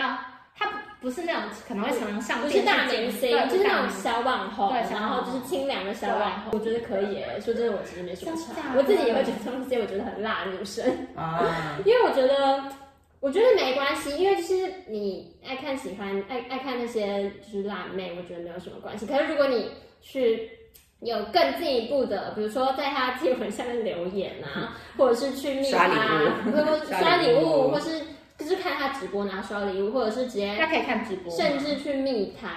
他不不是那种可能会常常上不电是视大节明目星对，不就是那大种明星小网红，对小然后网就红是清凉的小网红，我觉得可以耶。说真的，我其实没什么真假差，的我自己也会觉得那些我觉得很辣的女生，啊，因为我觉得。我觉得没关系，因为就是你爱看喜欢爱爱看那些就是辣妹，我觉得没有什么关系。可是如果你去有更进一步的，比如说在她贴文下面留言 啊，或者是去密刷她，礼或者刷刷礼礼物物，或是就是看她直播拿刷礼物，或者是直接大家可以看直播吗，甚至去密他，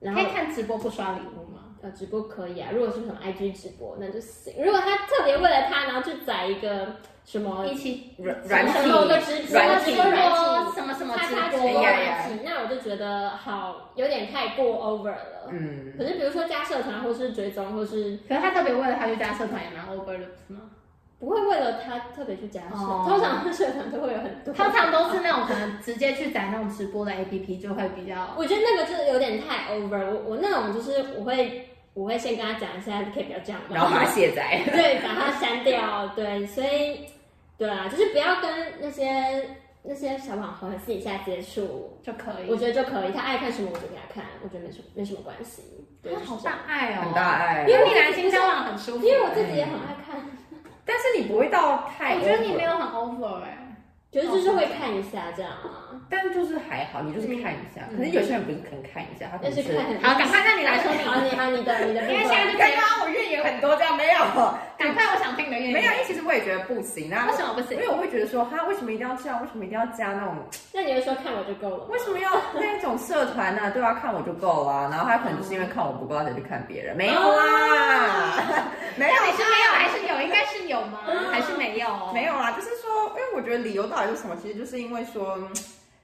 然可后以看直播不刷礼物吗？呃直播可以啊。如果是什么 IG 直播，那就行。如果他特别为了他，然后去载一个什么一起软什软么体某个直播软直体哎播软软体什么什什么么直直播播，呀呀软体，那我就觉得好有点太过 over 了。嗯，可是比如说加社团，或是追踪，或是可是他特别为了他去加社团也蛮 over 的，不是吗？不会为了他特别去加社，哦通常社团都会有很多，通常都是那种可能直接去载那种直播的 APP 就会比较， 我觉得那个就是有点太 over 我。我那种就是我会我会先跟他讲一下，可以不要这样吗？然后把它卸载。对，把它删掉。对，所以对啊，就是不要跟那些那些小网红私底下接触，就可我以。觉得就可以。他爱看什么我就给他看，我觉得没什么没什么关系。对，哇就是好这样大爱哦，很大爱啊因为你男性交往很舒服，因为我自己也很爱看，但是你不会到太，我觉得你没，有很 over 哎，觉得就是会看一下这样啊。但就是还好，你就是看一嗯下。可是有些人不是肯看一哦下，他可但能是看很好，赶快那你来说好，你，你啊好，你的你的部因为现在分。就刚刚我怨言很多，这样没有 赶快我想听你的愿没有，因望，为其实我也觉得不行啊为。什么不行？因为我会觉得说，他为什么一定要这样？为什么一定要加那种？那你就说看我就够了吗。为什么要那种社团呢、对啊， 看我就够啦、然后他可能就是嗯因为看我不够，他才去看别人。没有啦，没有到底哦是没有还是有？应该是有吗？还是嗯没哦有？没有啦，就是说，因为我觉得理由到底是什么？其实就是因为说，嗯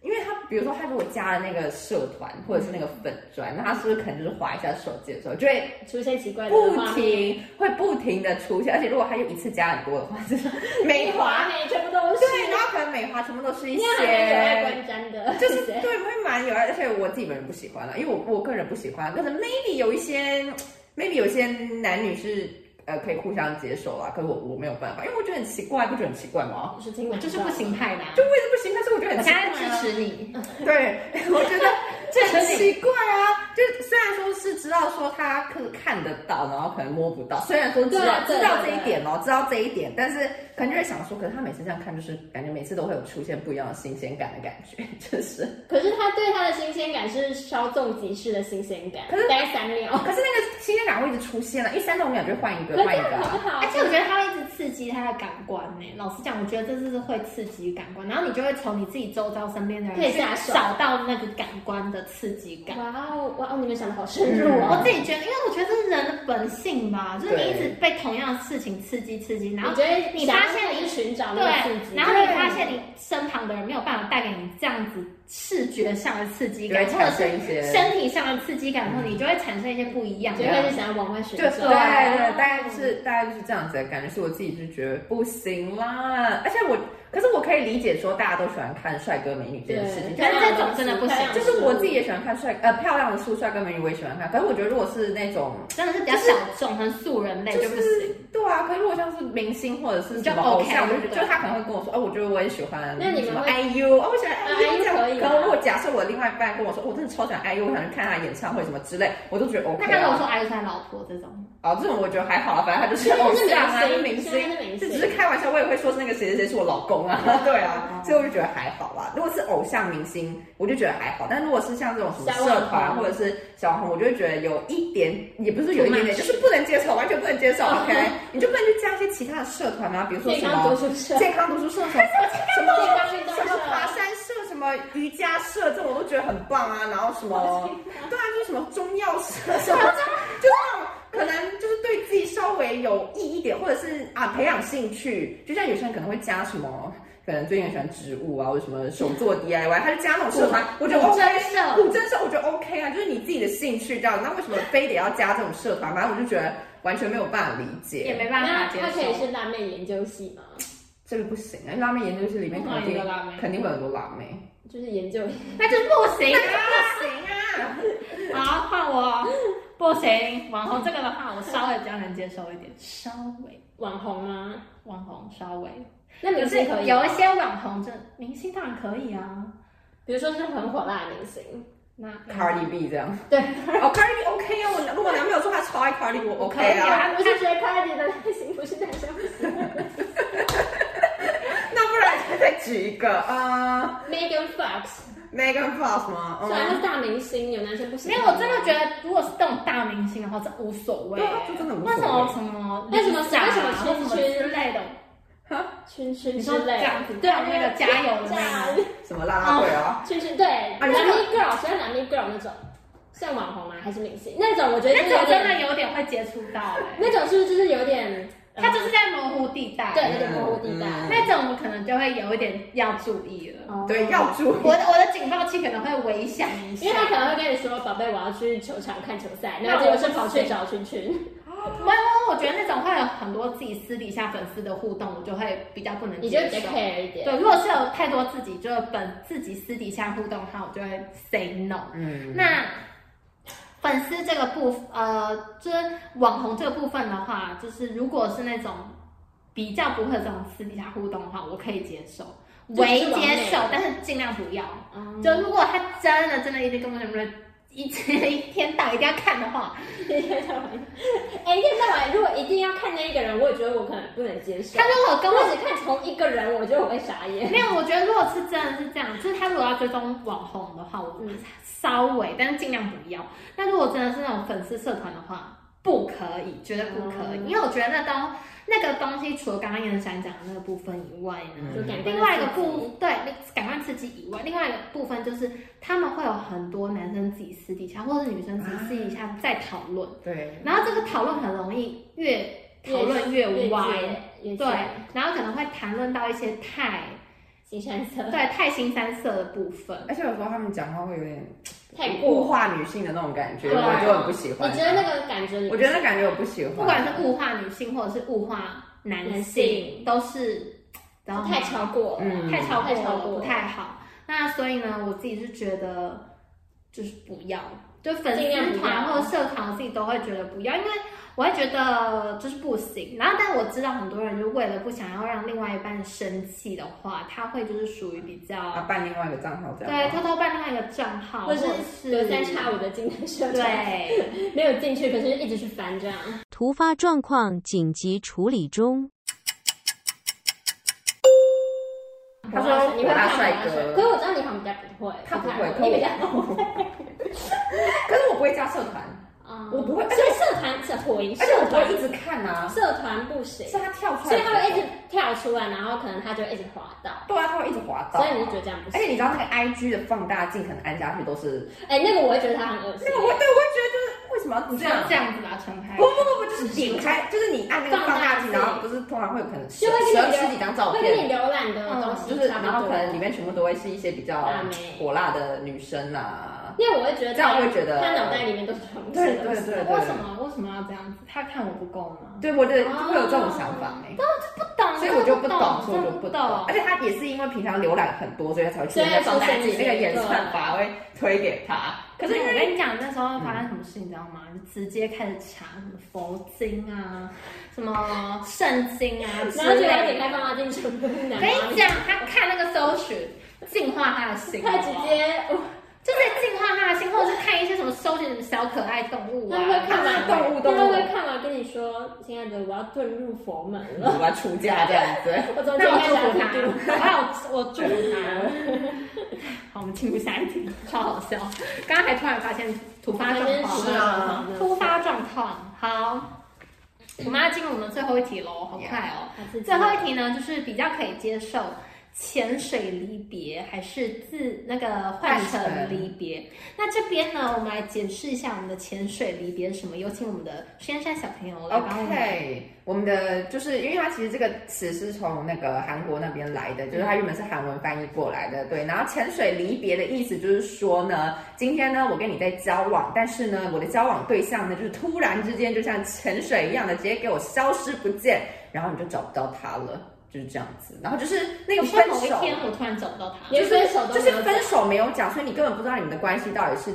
因为他比如说他如果加了那个社团或者是那个粉砖，那他是不是可能就是划一下手机的时候，就会出现奇怪的不画面？停会不停的出现，而且如果他就一次加很多的话，就是没划华，美全部都是。对，然后可能美划全部都是一因为还没有爱些。观瞻的，就是对，会蛮有爱，而且我自己本人不喜欢了，因为我我个人不喜欢，可能 maybe 有一些 maybe 有一些男女是呃可以互相接受啦，可是我我没有办法，因为我觉得很奇怪，不觉得很奇怪吗？就是听我完就是不行派的啊，就为什么不行？但是我觉得我很现奇在怪、啊。支持你，对， 我觉得这很奇怪啊。就是虽然说是知道说他可看得到，然后可能摸不到，虽然说知对道啊对知道这对对一点哦，知道这一点，但是可能就会想说，可是他每次这样看，就是感觉每次都会有出现不一样的新鲜感的感觉， 就是。可是他对他的新鲜感是稍纵即逝的新鲜感，可是大概三秒。哦可是那个新鲜感会一直出现了，一三到五秒就会换一个可是换一个好 啊、不好？哎而且我觉得他会一直刺激他的感官呢、老实讲，我觉得这是会刺激感官，然后你就会从你自己周遭身边的人可以去下手找到那个感官的刺激感。哇哦哇哦，你们想的好深入我哦！自己觉得，因为我觉得这是人的本性吧，就是你一直被同样的事情刺激刺激，然后你觉得你发现你寻找那个刺对，激，然后你发现你身旁的人没有办法带给你这样子视觉上的刺激就会感，或者产是生一些身体上的刺激感后，你就会产生一些不一样你的就。会是想要往外寻就对找。对，大概就是啊大概就是这样子的感觉，所以我自己就觉得不行啦。而且我，可是我可以理解说大家都喜欢看帅哥美女这件事情，对但是这种真的不行就是我自己也喜欢看帅呃漂亮的书，帅哥美女我也喜欢看。可是我觉得如果是那种真的是比较小众、很素人类就就不行是。对啊，可是如果像是明星或者是你什就么偶 OK，像，我就对不对就他可能会跟我说，哦，我觉得我也喜欢那你们什么会 IU，哦，我喜欢啊 IU 这样。可以可啊如果假设我另外一半跟我说，哦我真的超喜欢 IU，我想去看他演唱会什么之类，我都觉得 OK 那啊。他如果说哎，是他老婆这种，哦，这种我觉得还好啊，反正他就是现在偶是像啊，明就星是明星现在是明，这星只哦是开玩笑，我也会说是那个谁谁谁是我老公啊， 对啊，所以我就觉得还好啦。如果是偶像明星，我就觉得还好，但如果是像这种什么小网社团啊红或者是小网红，我就会觉得有一点，也不是有一点 Too 点， much 就是不能接受，完全不能接受。OK，你就不能去加一些其他的社团啊，比如说哦健什康读么书社、健健康读书社什 么什么康运动什么爬社，山社、什么瑜伽社这种，我都觉得很棒啊。然后什么，对啊，就是什么中药社什么， 就是那种可能就是对自己稍微有意义一点，或者是啊培养兴趣。就像有些人可能会加什么，可能最近很喜欢植物啊，或者什么手做 DIY，他就加那种社团，我觉得古 OK 筝。社古筝社我觉得 OK 啊，就是你自己的兴趣这样。那为什么非得要加这种社团？反正我就觉得完全没有办法理也解，没办那法接他可以受。是辣妹研究系吗？这个不行啊。因为拉面研究室里面肯哪里有定辣妹肯定会有很多辣妹。就是研究那就不行啊！不 行啊！好，换我。不行，网红这个的话，我稍微比较能接受一点，稍微网红啊。网红稍微。那明是星可以吗有一，些网红，这明星当然可以啊。比如说是很火辣的明星，那 Cardi B 这样。对哦，Cardi B OK 啊，我如果男朋友说他超爱 Cardi，我 OK 可以啊啊。他不是觉得 Cardi 的类型不是男生， 那不然再举一个，呃 Megan Fox， ，Megan Fox 吗？虽然他嗯，是大明星，有男生不喜没欢。有，我真的觉得如果是这种大明星的话，这无所谓。对啊这真的无所谓为什么什么为什么长为什么啊或什么圈圈之类的？圈圈你之说这类的，样子，对啊，那个加油的那个，个，什么啦啦队啊？圈圈对，男你知道 m girl，喜欢男 m girl 那种，算网红吗？啊还是明星？那种我觉得就是那有种真点，的有点会接触到哎，那种是不是就是有点，呃他就是在模糊地带。对有点模糊地带。嗯那种我可能就会有一点要注意了。哦对，要注意我。的我的警报器可能会微响一下因为，他可能会跟你说：“宝贝，我要去球场看球赛。”然那后结我果是跑去找圈圈。我我我觉得那种会有很多自己私底下粉丝的互动，我就会比较不能你就接比较受。 care 一点。对，如果是有太多自己就是本自己私底下互动的话，我就会 say no。嗯，那粉丝这个部呃，就是网红这个部分的话，就是如果是那种比较不会这种私底下互动的话，我可以接受，就唯是网接美受，但是尽量不要。嗯，就如果他真的真的一直跟我什么一直一天到晚一定要看的话，一天到晚，哎，一天到晚，如果一定要看那一个人，我也觉得我可能不能接受他。如果跟跟我我只看同一个人，我觉得我会傻 眼。没有，我觉得如果是真的是这样，就是他如果要追踪网红的话，我嗯稍微，但是尽量不要。但如果真的是那种粉丝社团的话，不可以，绝对不可以，嗯因为我觉得那东那个东西，除了刚刚燕山讲的那个部分以外呢，嗯就感官的另刺激外一个部对感官刺激以外，另外一个部分就是他们会有很多男生自己私底下，或者是女生自己私底啊下在讨论，对，然后这个讨论很容易越讨论越越歪，越对，然后可能会谈论到一些太。新山色对，太新三色的部分，而且有时候他们讲话会有点太物过，化女性的那种感觉，对我就很不喜欢。你觉得那个感觉你？我觉得那感觉我不喜欢。不管是物化女性或者是物化男性，男性都是然后太超过了，嗯太超过太超了，过不太好。那所以呢，我自己是觉得就是不要，就粉尽量丝不团要或者社团，我自己都会觉得不要，因为我会觉得就是不行。然后，但我知道很多人就为了不想要让另外一半生气的话，他会就是属于比啊，较办另外一个账号这对样吗。偷偷办另外一个账号，或或者者是是隔三差五的进来社团，对。没有进去，可是一直去翻这样。突发状况紧急处理中。他说你我会大看帅可哥，是我知道你好像比较不会，他不会，可你我 比较可是我不会加社团。嗯我不会所以社团社火影，而且我社不团会一直看啊，社团不行，是他跳出来，所以他会一直，跳出来，然后可能他就一直滑到，对啊，他会一直滑到，所以你就觉得这样不而且行。哎你知道那个 I G 的放大镜，可能按下去都是哎，那个我会觉得他很恶心那。个，我对我会觉得就是为什么要你这就样这？样子把它撑开不。不不不，就是点开，就是你按那个放大镜，放大镜然后不是通常会有可能十就会跟你十聊十几张照会跟片，你浏览的东西就是差不然后多可能里面全部都会是一些比较辣妹火辣的女生啦。因为我会觉得他这样我会觉得他脑袋里面都是同事对对对为什么为什么要这样子？他看我不够吗？对，我的就哦会有这种想法哎、不懂，所以我就不懂，所以真我的就不不懂。而且他也是因为平常浏览很多，所以他才会出现所以在放大出现镜，你那个演对算法会推给他。可是我跟你讲，那时候发生什么事，你知道吗？就直接开始查什么佛经啊，什么圣经啊之然后觉得类点开放的。大镜全部是我男跟的你讲，他看那个搜寻，净化他的心，哦他直接，就是净化他的心，或者是看一些什么搜寻什么小可爱动物他会啊。看完动物动物他会看完跟你说，亲爱的，我要遁入佛门了， 我要出家这样子。我昨 那天我开始祝福要去读。他，还有我祝福他。好，我们进入下一题，超好笑。刚刚还突然发现突发状况，是啊突发状况。好，我们要进入我们最后一题喽，好快哦。最最后后一题呢，就是比较可以接受潜水离别还是自那个换乘离别。那这边呢，我们来解释一下我们的潜水离别是什么。有请我们的实验山小朋友来帮我们。 OK，我们的就是因为它其实这个词是从那个韩国那边来的，就是它原本是韩文翻译过来的，对。然后潜水离别的意思就是说呢，今天呢我跟你在交往，但是呢我的交往对象呢就是突然之间就像潜水一样的直接给我消失不见，然后你就找不到他了，就是这样子。然后就是那个你分说某一手。天我突然找不到他，连分手都就是没有讲分手没有讲，所以你根本不知道你们的关系到底是，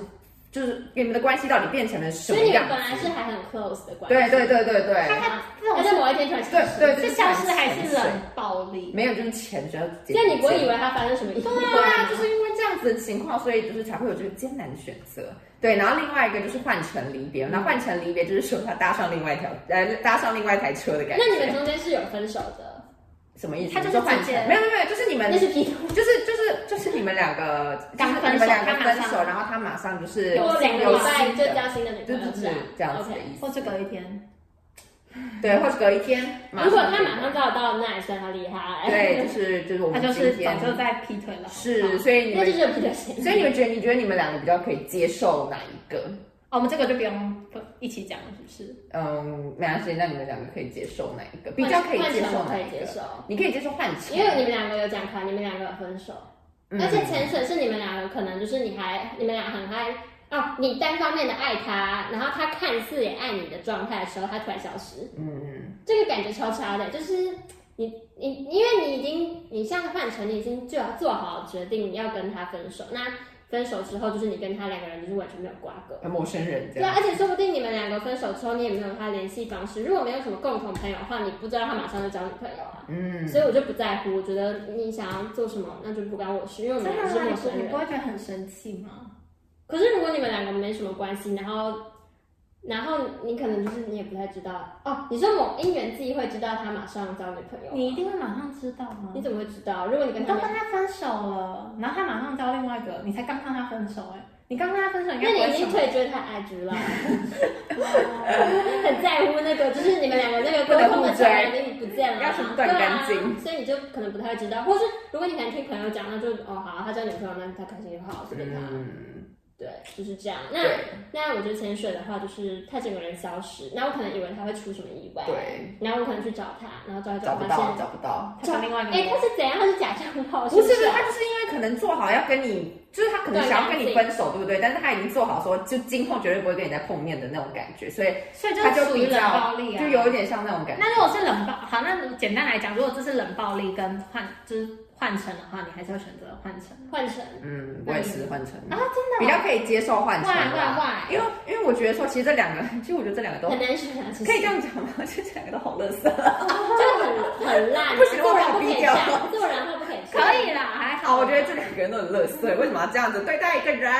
就是你们的关系到底变成了什所么以你样们子本来是还很 close 的关对系，对对对对，他他这种但是是某一天突然消失对对是消失还是冷暴力？没有，就是钱只要解决。这样你不会以为他发生什么意对外，啊，就是因为这样子的情况，所以就是才会有这个艰难的选择。对，然后另外一个就是换乘离别，那换乘离别就是说他搭上另外一条呃搭上另外一台车的感觉。那你们中间是有分手的，什么意思？他就是你说换直乘接，没有没有没有，就是你们那是劈腿。就是就是就是你们两 个刚就是分手你们两个他马分上手，然后他马上就是有过两个礼拜就样，交新的女就朋友，是这样子的 OK 意思。或者隔一天，对，或者隔一天，马如果上他就马上找到，那也算他厉害。对，就是就是我他们就是今早天就在劈腿了。是，好所以你 那就们是有劈腿行为所以你们觉得你觉得你们两个比较可以接受哪一个？哦我们这个就不用不一起讲了，是不是？嗯，没关系，那你们两个可以接受哪一个？比较可以接受换乘我哪可一以接个？受，你可以接受换乘，因为你们两个有讲好，你们两个有分手，嗯而且潜水是你们两个可能就是你还你们俩很爱哦，你单方面的爱他，然后他看似也爱你的状态的时候，他突然消失，嗯，这个感觉超差的，就是。你你因为你已经你像范丞，你已经就要做好决定要跟他分手。那分手之后，就是你跟他两个人就是完全没有瓜葛，嗯陌生人这对啊，样。而且说不定你们两个分手之后，你也没有他联系方式。如果没有什么共同朋友的话，你不知道他马上就交女朋友啊。嗯，所以我就不在乎，我觉得你想要做什么，那就不关我事，因为我真们的俩吗？是陌你不生你人不。会觉得很生气吗？可是如果你们两个没什么关系，然后，然后你可能就是你也不太知道哦。你说某因缘际会知道他马上交女朋友，你一定会马上知道吗？你怎么会知道？如果你你跟他都没跟他分手了，然后他马上交另外一个，你才刚跟他分手哎、你刚跟他分手应那该不你已会经想退追他 IG 了，很在乎那个，就是你们两个那个沟通的桥梁已经不见了，要是断干净对啊所以你就可能不太知道，或是如果你可能听朋友讲，那就哦好，他交女朋友，那他开心就好，随便他，嗯，对，就是这样。那对那我觉得潜水的话，就是他整个人消失，那我可能以为他会出什么意外，对，然后我可能去找他，然后找他找不到，发现，找不到。他跟另外一个哎、人他是怎样？他是假账号？不是是，不是，他就是因为可能做好要跟你，就是他可能想要跟你分手，对不对？但是他已经做好说，就今后绝对不会跟你再碰面的那种感觉，所以所以就他是就属于比冷较暴力啊，就有一点像那种感觉。那如果是冷暴，好，那简单来讲，如果这是冷暴力跟换就是换乘的话，你还是会选择换乘。换成嗯，我也是换乘啊，真的比较可以接受换乘哇哇啦。哇！因为因为我觉得说，其实这两个， 其实我觉得这两个都很难选啊，其实可以这样讲吗？ 其实这两个都好乐色。真的很很烂、啊，不行做我人要不可以逼这掉 样，做人话不可以这样可以啦，还 好，好。我觉得这两个人都很乐色，为什么要这样子对待一个人？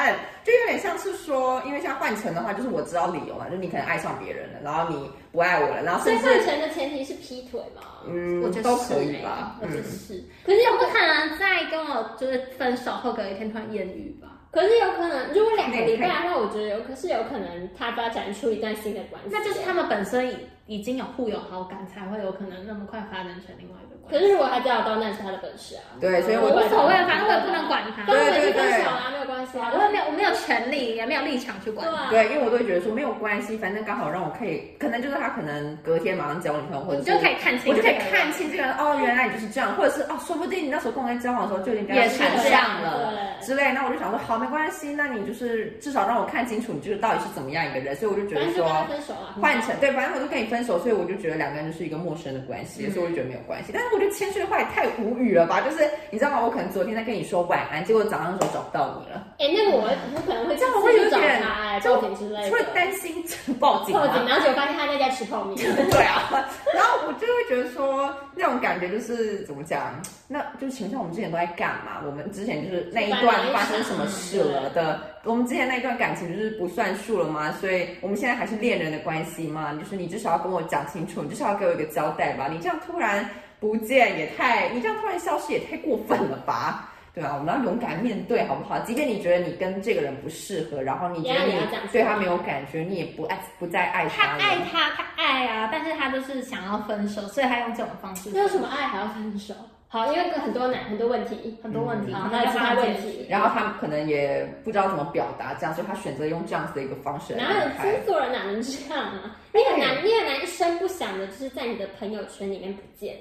就有点像是说，因为像换乘的话，就是我知道理由嘛，就是你可能爱上别人了，然后你不爱我了，然后所以甚换至成的前提是劈腿嘛？嗯，我觉得都是可以欸吧，我觉嗯得。是。可是你不可能再跟我就是分手后隔一天突然艳遇吧？可是有可能，如果两个礼拜那的话，我觉得有，可是有可能他发展出一段新的关系。啊那就是他。们本身已已经有互有好感，才会有可能那么快发展成另外一个关可系。是如果他交得到，那是他的本事啊。对，所以我我无所谓，反正我也不能管他，但我对们对对已经分手了，没有关系啊。我也没有我没有权利，也没有立场去管对他。啊，对，因为我都会觉得说没有关系，反正刚好让我可以，可能就是他可能隔天马上交女朋友，或者你是就可以看清，我就可以看。清这个人，哦，原来你就是这样，或者是哦，说不定你那时候跟我在交往的时候就已经跟他也是谈这样了之类，那我就想说，好，没关系，那你就是至少让我看清楚你就是到底是怎么样一个人，所以我就觉反得正就说跟他分手啊了。换成对，反正我就跟你分手，所以我就觉得两个人就是一个陌生的关系，嗯所以我就觉得没有关系。但是我觉得谦虚的话也太无语了吧？就是你知道吗？我可能昨天在跟你说晚安，结果早上的时候找不到你了，哎，那个我我可能会这样我会有找点他，哎，就报警之类会的。担心报警啊报吗警，？然后结果发现他在家吃泡面。 对啊，然后我就会觉得说，那种感觉就是怎么讲，那就是想像我们之前都在干嘛？我们之前就是那一段发生什么事了的？我们之前那一段感情就是不算数了吗？所以我们现在还是恋人的关系吗？就是你至少要跟我讲清楚，你至少要给我一个交代吧。你这样突然不见也太，你这样突然消失也太过分了吧？对啊，我们要勇敢面对，好不好？即便你觉得你跟这个人不适合，然后你觉得也要你也要这样说对他没有感觉，你也不爱不再爱他他了，爱他，他爱啊，但是他就是想要分手，所以他用这种方式。那有什么爱还要分手？好，因为很多难很多问题，很多问题？好，那还有其他问题。然后他可能也不知道怎么表达这样，所以他选择用这样子的一个方式来哪有安排。制作人哪能这样啊？你很难，你很难一声不响的，就是在你的朋友圈里面不见，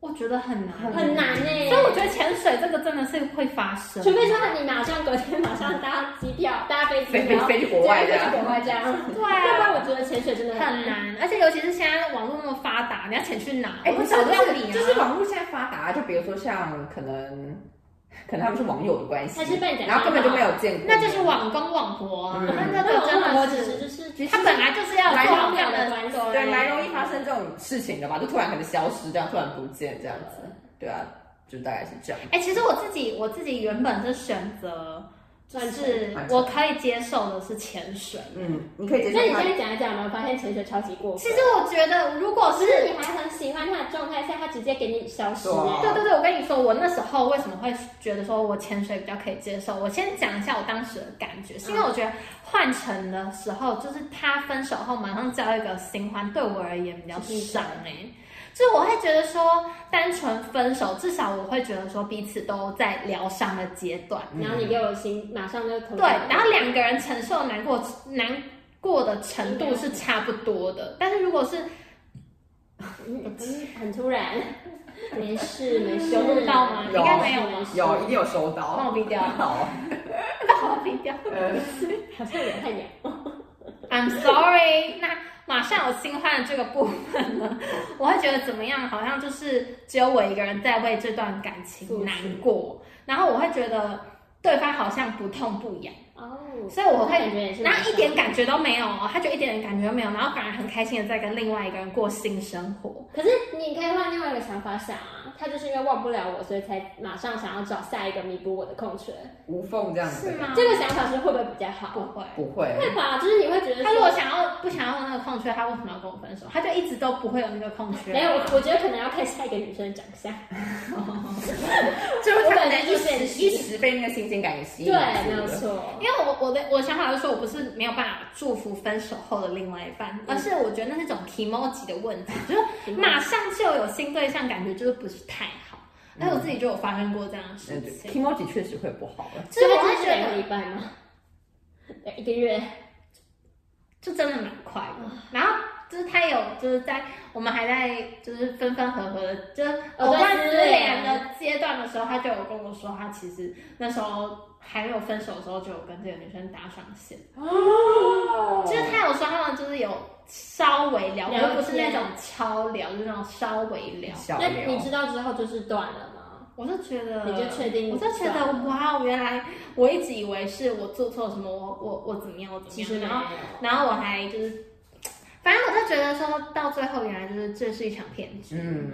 我觉得很难，很。难欸呢。所以我觉得潜水这个真的是会发生，除非说你马上隔天马上搭机票，搭飞机，飞然后飞去国外对这样飞去国外 这样。对要不啊，然我觉得潜水真的很。难，而且尤其是现在网络那么发达，你要潜去哪？哎，我们不找不到是你啊。就是网络现在发达，就比如说像可能，可能他们是网友的关系，还是被人家然后根本就没有见过，那就是网公网婆啊，嗯那那那个真我的只是是，就是他本来就是要来做好容易他的的关系对蛮容易发生这种事情的吧？就突然可能消失，这样突然不见这样子，对啊，就大概是这样。哎、其实我自己我自己原本是选择，就是换乘我可以接受的是潜水。嗯，你可以接那你受他，现在讲一讲，有没有发现潜水超级过分？其实我觉得，如果只是是你还很喜欢他的状态下，他直接给你消失对啊了。对对对，我跟你说，我那时候为什么会觉得说我潜水比较可以接受？我先讲一下我当时的感觉，是因为我觉得换乘的时候，就是他分手后马上交一个新欢，对我而言比较伤哎、就我会觉得说，单纯分手，至少我会觉得说彼此都在疗伤的阶段，然后你给我心，马上就投入对，然后两个人承受的难过难过的程度是差不多的，但是如果是嗯嗯很 突然，没事没事，有录到吗？有应该没有吗？有一定有收到，帮我逼掉 好，把我逼掉。呃，好像有太阳。 I'm sorry，那马上有新欢的这个部分 呢，我会觉得怎么样？好像就是只有我一个人在为这段感情难过，然后我会觉得对方好像不痛不痒，哦，所以我感会。觉也是，然后一点。感觉都没有哦，他就一点点感觉都没有，然后反而很开心的在跟另外一个人过新生活。可是你可以换另外一个想法想啊，他就是因为忘不了我，所以才马上想要找下一个弥补我的空缺。无缝这样子是吗这个想法是会不会比较不啊好？会，不会，会吧，就是你会觉得说他如果想要不想要那个空缺，他为什么要跟我分手？他就一直都不会有那个空缺。没有，我我觉得可能要看下一个女生的长相。就是我他可本来能就一是时一时被那个新鲜感给吸对，引没住有了。错。因为我我的我想法就是说，我不是没有办法祝福分手后的另外一半，而是我觉得那是一种 emoji 的问题，就是马上就有新对象，感觉就是不是太好。但是我自己就有发生过这样的事嗯对情， ，emoji 确实会不好了。就是我所以会他觉是两个得礼拜吗？对一个月。就真的蛮快的。然后就是他有就是在我们还在就是分分合合的，就是藕藕断断丝丝连连的阶段的时候，他就有跟我说，他其实那时候还没有分手的时候，就有跟这个女生搭上线。哦就是他有说他们就是有稍微聊，了解就不是那种超聊，就是那种稍微聊。小哦那聊你知道之后就是断了吗？我就觉得，你就确定我就觉得哇，哦原来我一直以为是我做错了什么，我我我怎么样，我怎其么实样，没然有后。然后我还就是，反正我就觉得说到最后，原来就是这啊是一场骗局，嗯，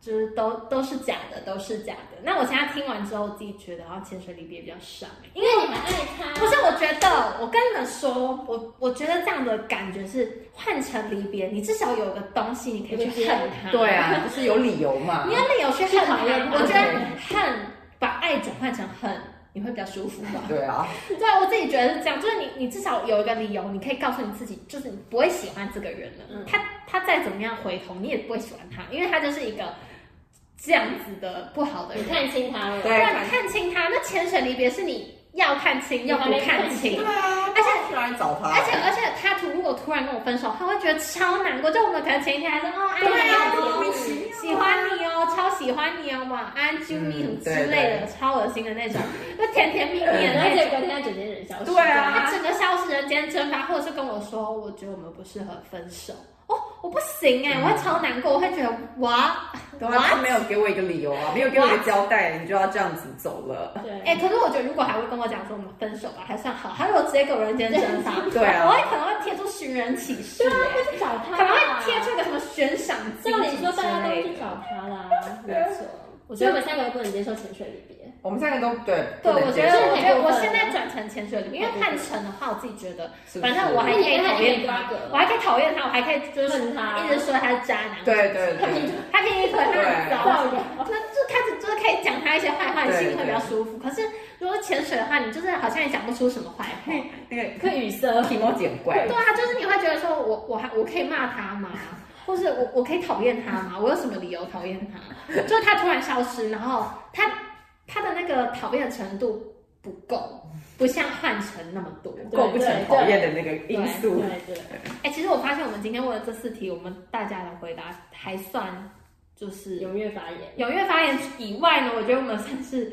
就是都都是假的，都是假的。那我现在听完之后，我自己觉得，然后潜水离别比较伤、因因为为你还爱他，不是，我觉得我跟你们说，我我觉得这样的感觉是换成离别，你至少有个东西你可以去恨他，对，啊，就是有理由嘛你。要理由去恨去讨厌他。他我觉得恨把爱转换成恨，你会比较舒服 吧？对啊，对啊，我自己觉得是这样，就是你你至少有一个理由，你可以告诉你自己，就是你不会喜欢这个人了。嗯他他再怎么样回头，你也不会喜欢他，因为他就是一个这样子的不好的你人。看清他了，对那你看清他，那牵扯离别是你要看清你又还不没看看清清。啊，而且突然找他，而且而且他突如果突然跟我分手，他会觉得超难过。就我们可能前一天还说哦，爱对你啊，哦莫名其妙啊喜欢你哦，超喜欢你哦，晚安，Jimmy 什么嗯之类的，超恶心的那种，就甜甜蜜蜜的然后那结种。果现在整件人消失，对啊他整哎个消失人间蒸发，或者是跟我说，我觉得我们不适合分手。哦，我不行哎、我会超难过，我会觉得哇，嗯对啊，他没有给我一个理由啊，没有给我一个交代，你就要这样子走了。对，哎、可是我觉得如果还会跟我讲说我们分手吧，还算好。他如果直接给我人间蒸发，对啊我会可能会贴出寻人启事、对欸，啊，会去找他，可能会贴出一个什么悬赏金照理说之大家都类会的去找他啦，没错。我觉得我们三个都不能接受潜水离别，我们三个都对，对，不能我觉接得受我觉得不我能现在转成潜水里面，因为看成的话，我自己觉得，是不反是正我还可以讨厌你跟他他一起，我还可以讨厌他，我还可以就是恨他一直说他是渣男，对对对，他可以一推他很对糟，造谣。那就开始就是可以讲他一些坏话，你对心里会比较对舒服。可是如果潜水的话，你就是好像也讲不出什么坏话。那个可以语塞，提莫简怪对，啊，就是你会觉得说我我还我可以骂他吗？或是我我可以讨厌他吗？我有什么理由讨厌他？就是他突然消失，然后他他的那个讨厌的程度不够，不像换成那么多。构不成讨厌的那个因对素。对对，哎、其实我发现我们今天为了这四题，我们大家的回答还算就是踊跃发踊言。跃发言以外呢，我觉得我们算是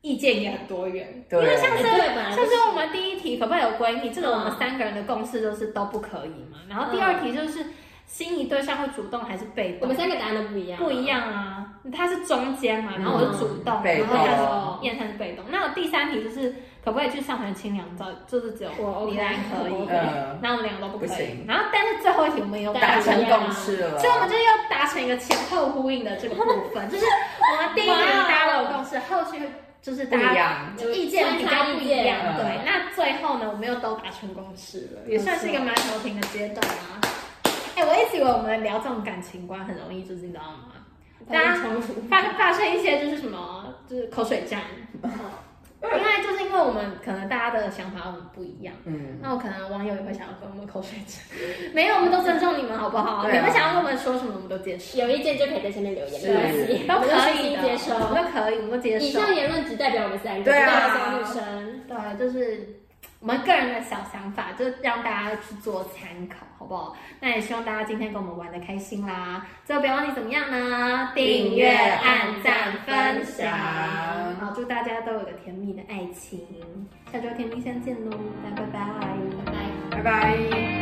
意见也很多元。对因为像哎是对，本啊来像就是我们第一题可不可以有闺蜜？这嗯个我们三个人的共识就是都不可以嘛。然后第二题就是心仪对象会主动还是被我动们？三个答案都不一样，不一。样啊，他是中间嘛，然后我是主动，嗯被然后动他是燕山是被动。那我第三题就是可不可以去上船清凉照？就是只有我 OK，你来可以我，OK 嗯，然后我们两个都不不可以行。然后但是最后一题我们有达达成成共识了所以。我们就是要达成一个前后呼应的这个部分，就是我们第一年大家都有共识，后续就是不大一家样，就意见比较不一样。嗯对，那最后呢，我们又都达成共识了，也算是一个蛮头平的阶段啊。哎、我一直以为我们聊这种感情观很容易，就是你知道吗？大家冲突，发发生一些就是什么，就是口水战，哦因为就是因为我们可能大家的想法我们不一样。嗯，那我可能网友也会想要跟我们口水战， 没有，我们都尊重你们好不好？对你啊们想要跟我们说什么，我们都接受，有意见就可以在下面留言，是没关系都我们可虚以心的，接受。我们都可以，我们都接以受。上言论只代表我们三个，对啊不代表三个女生。对，就是我们个人的小想法，就让大家去做参考，好不好？那也希望大家今天跟我们玩的开心啦。最后不要忘记怎么样呢？订阅、按赞、分享。好，祝大家都有个甜蜜的爱情。下周甜蜜相见喽，大家拜拜，拜拜。拜拜。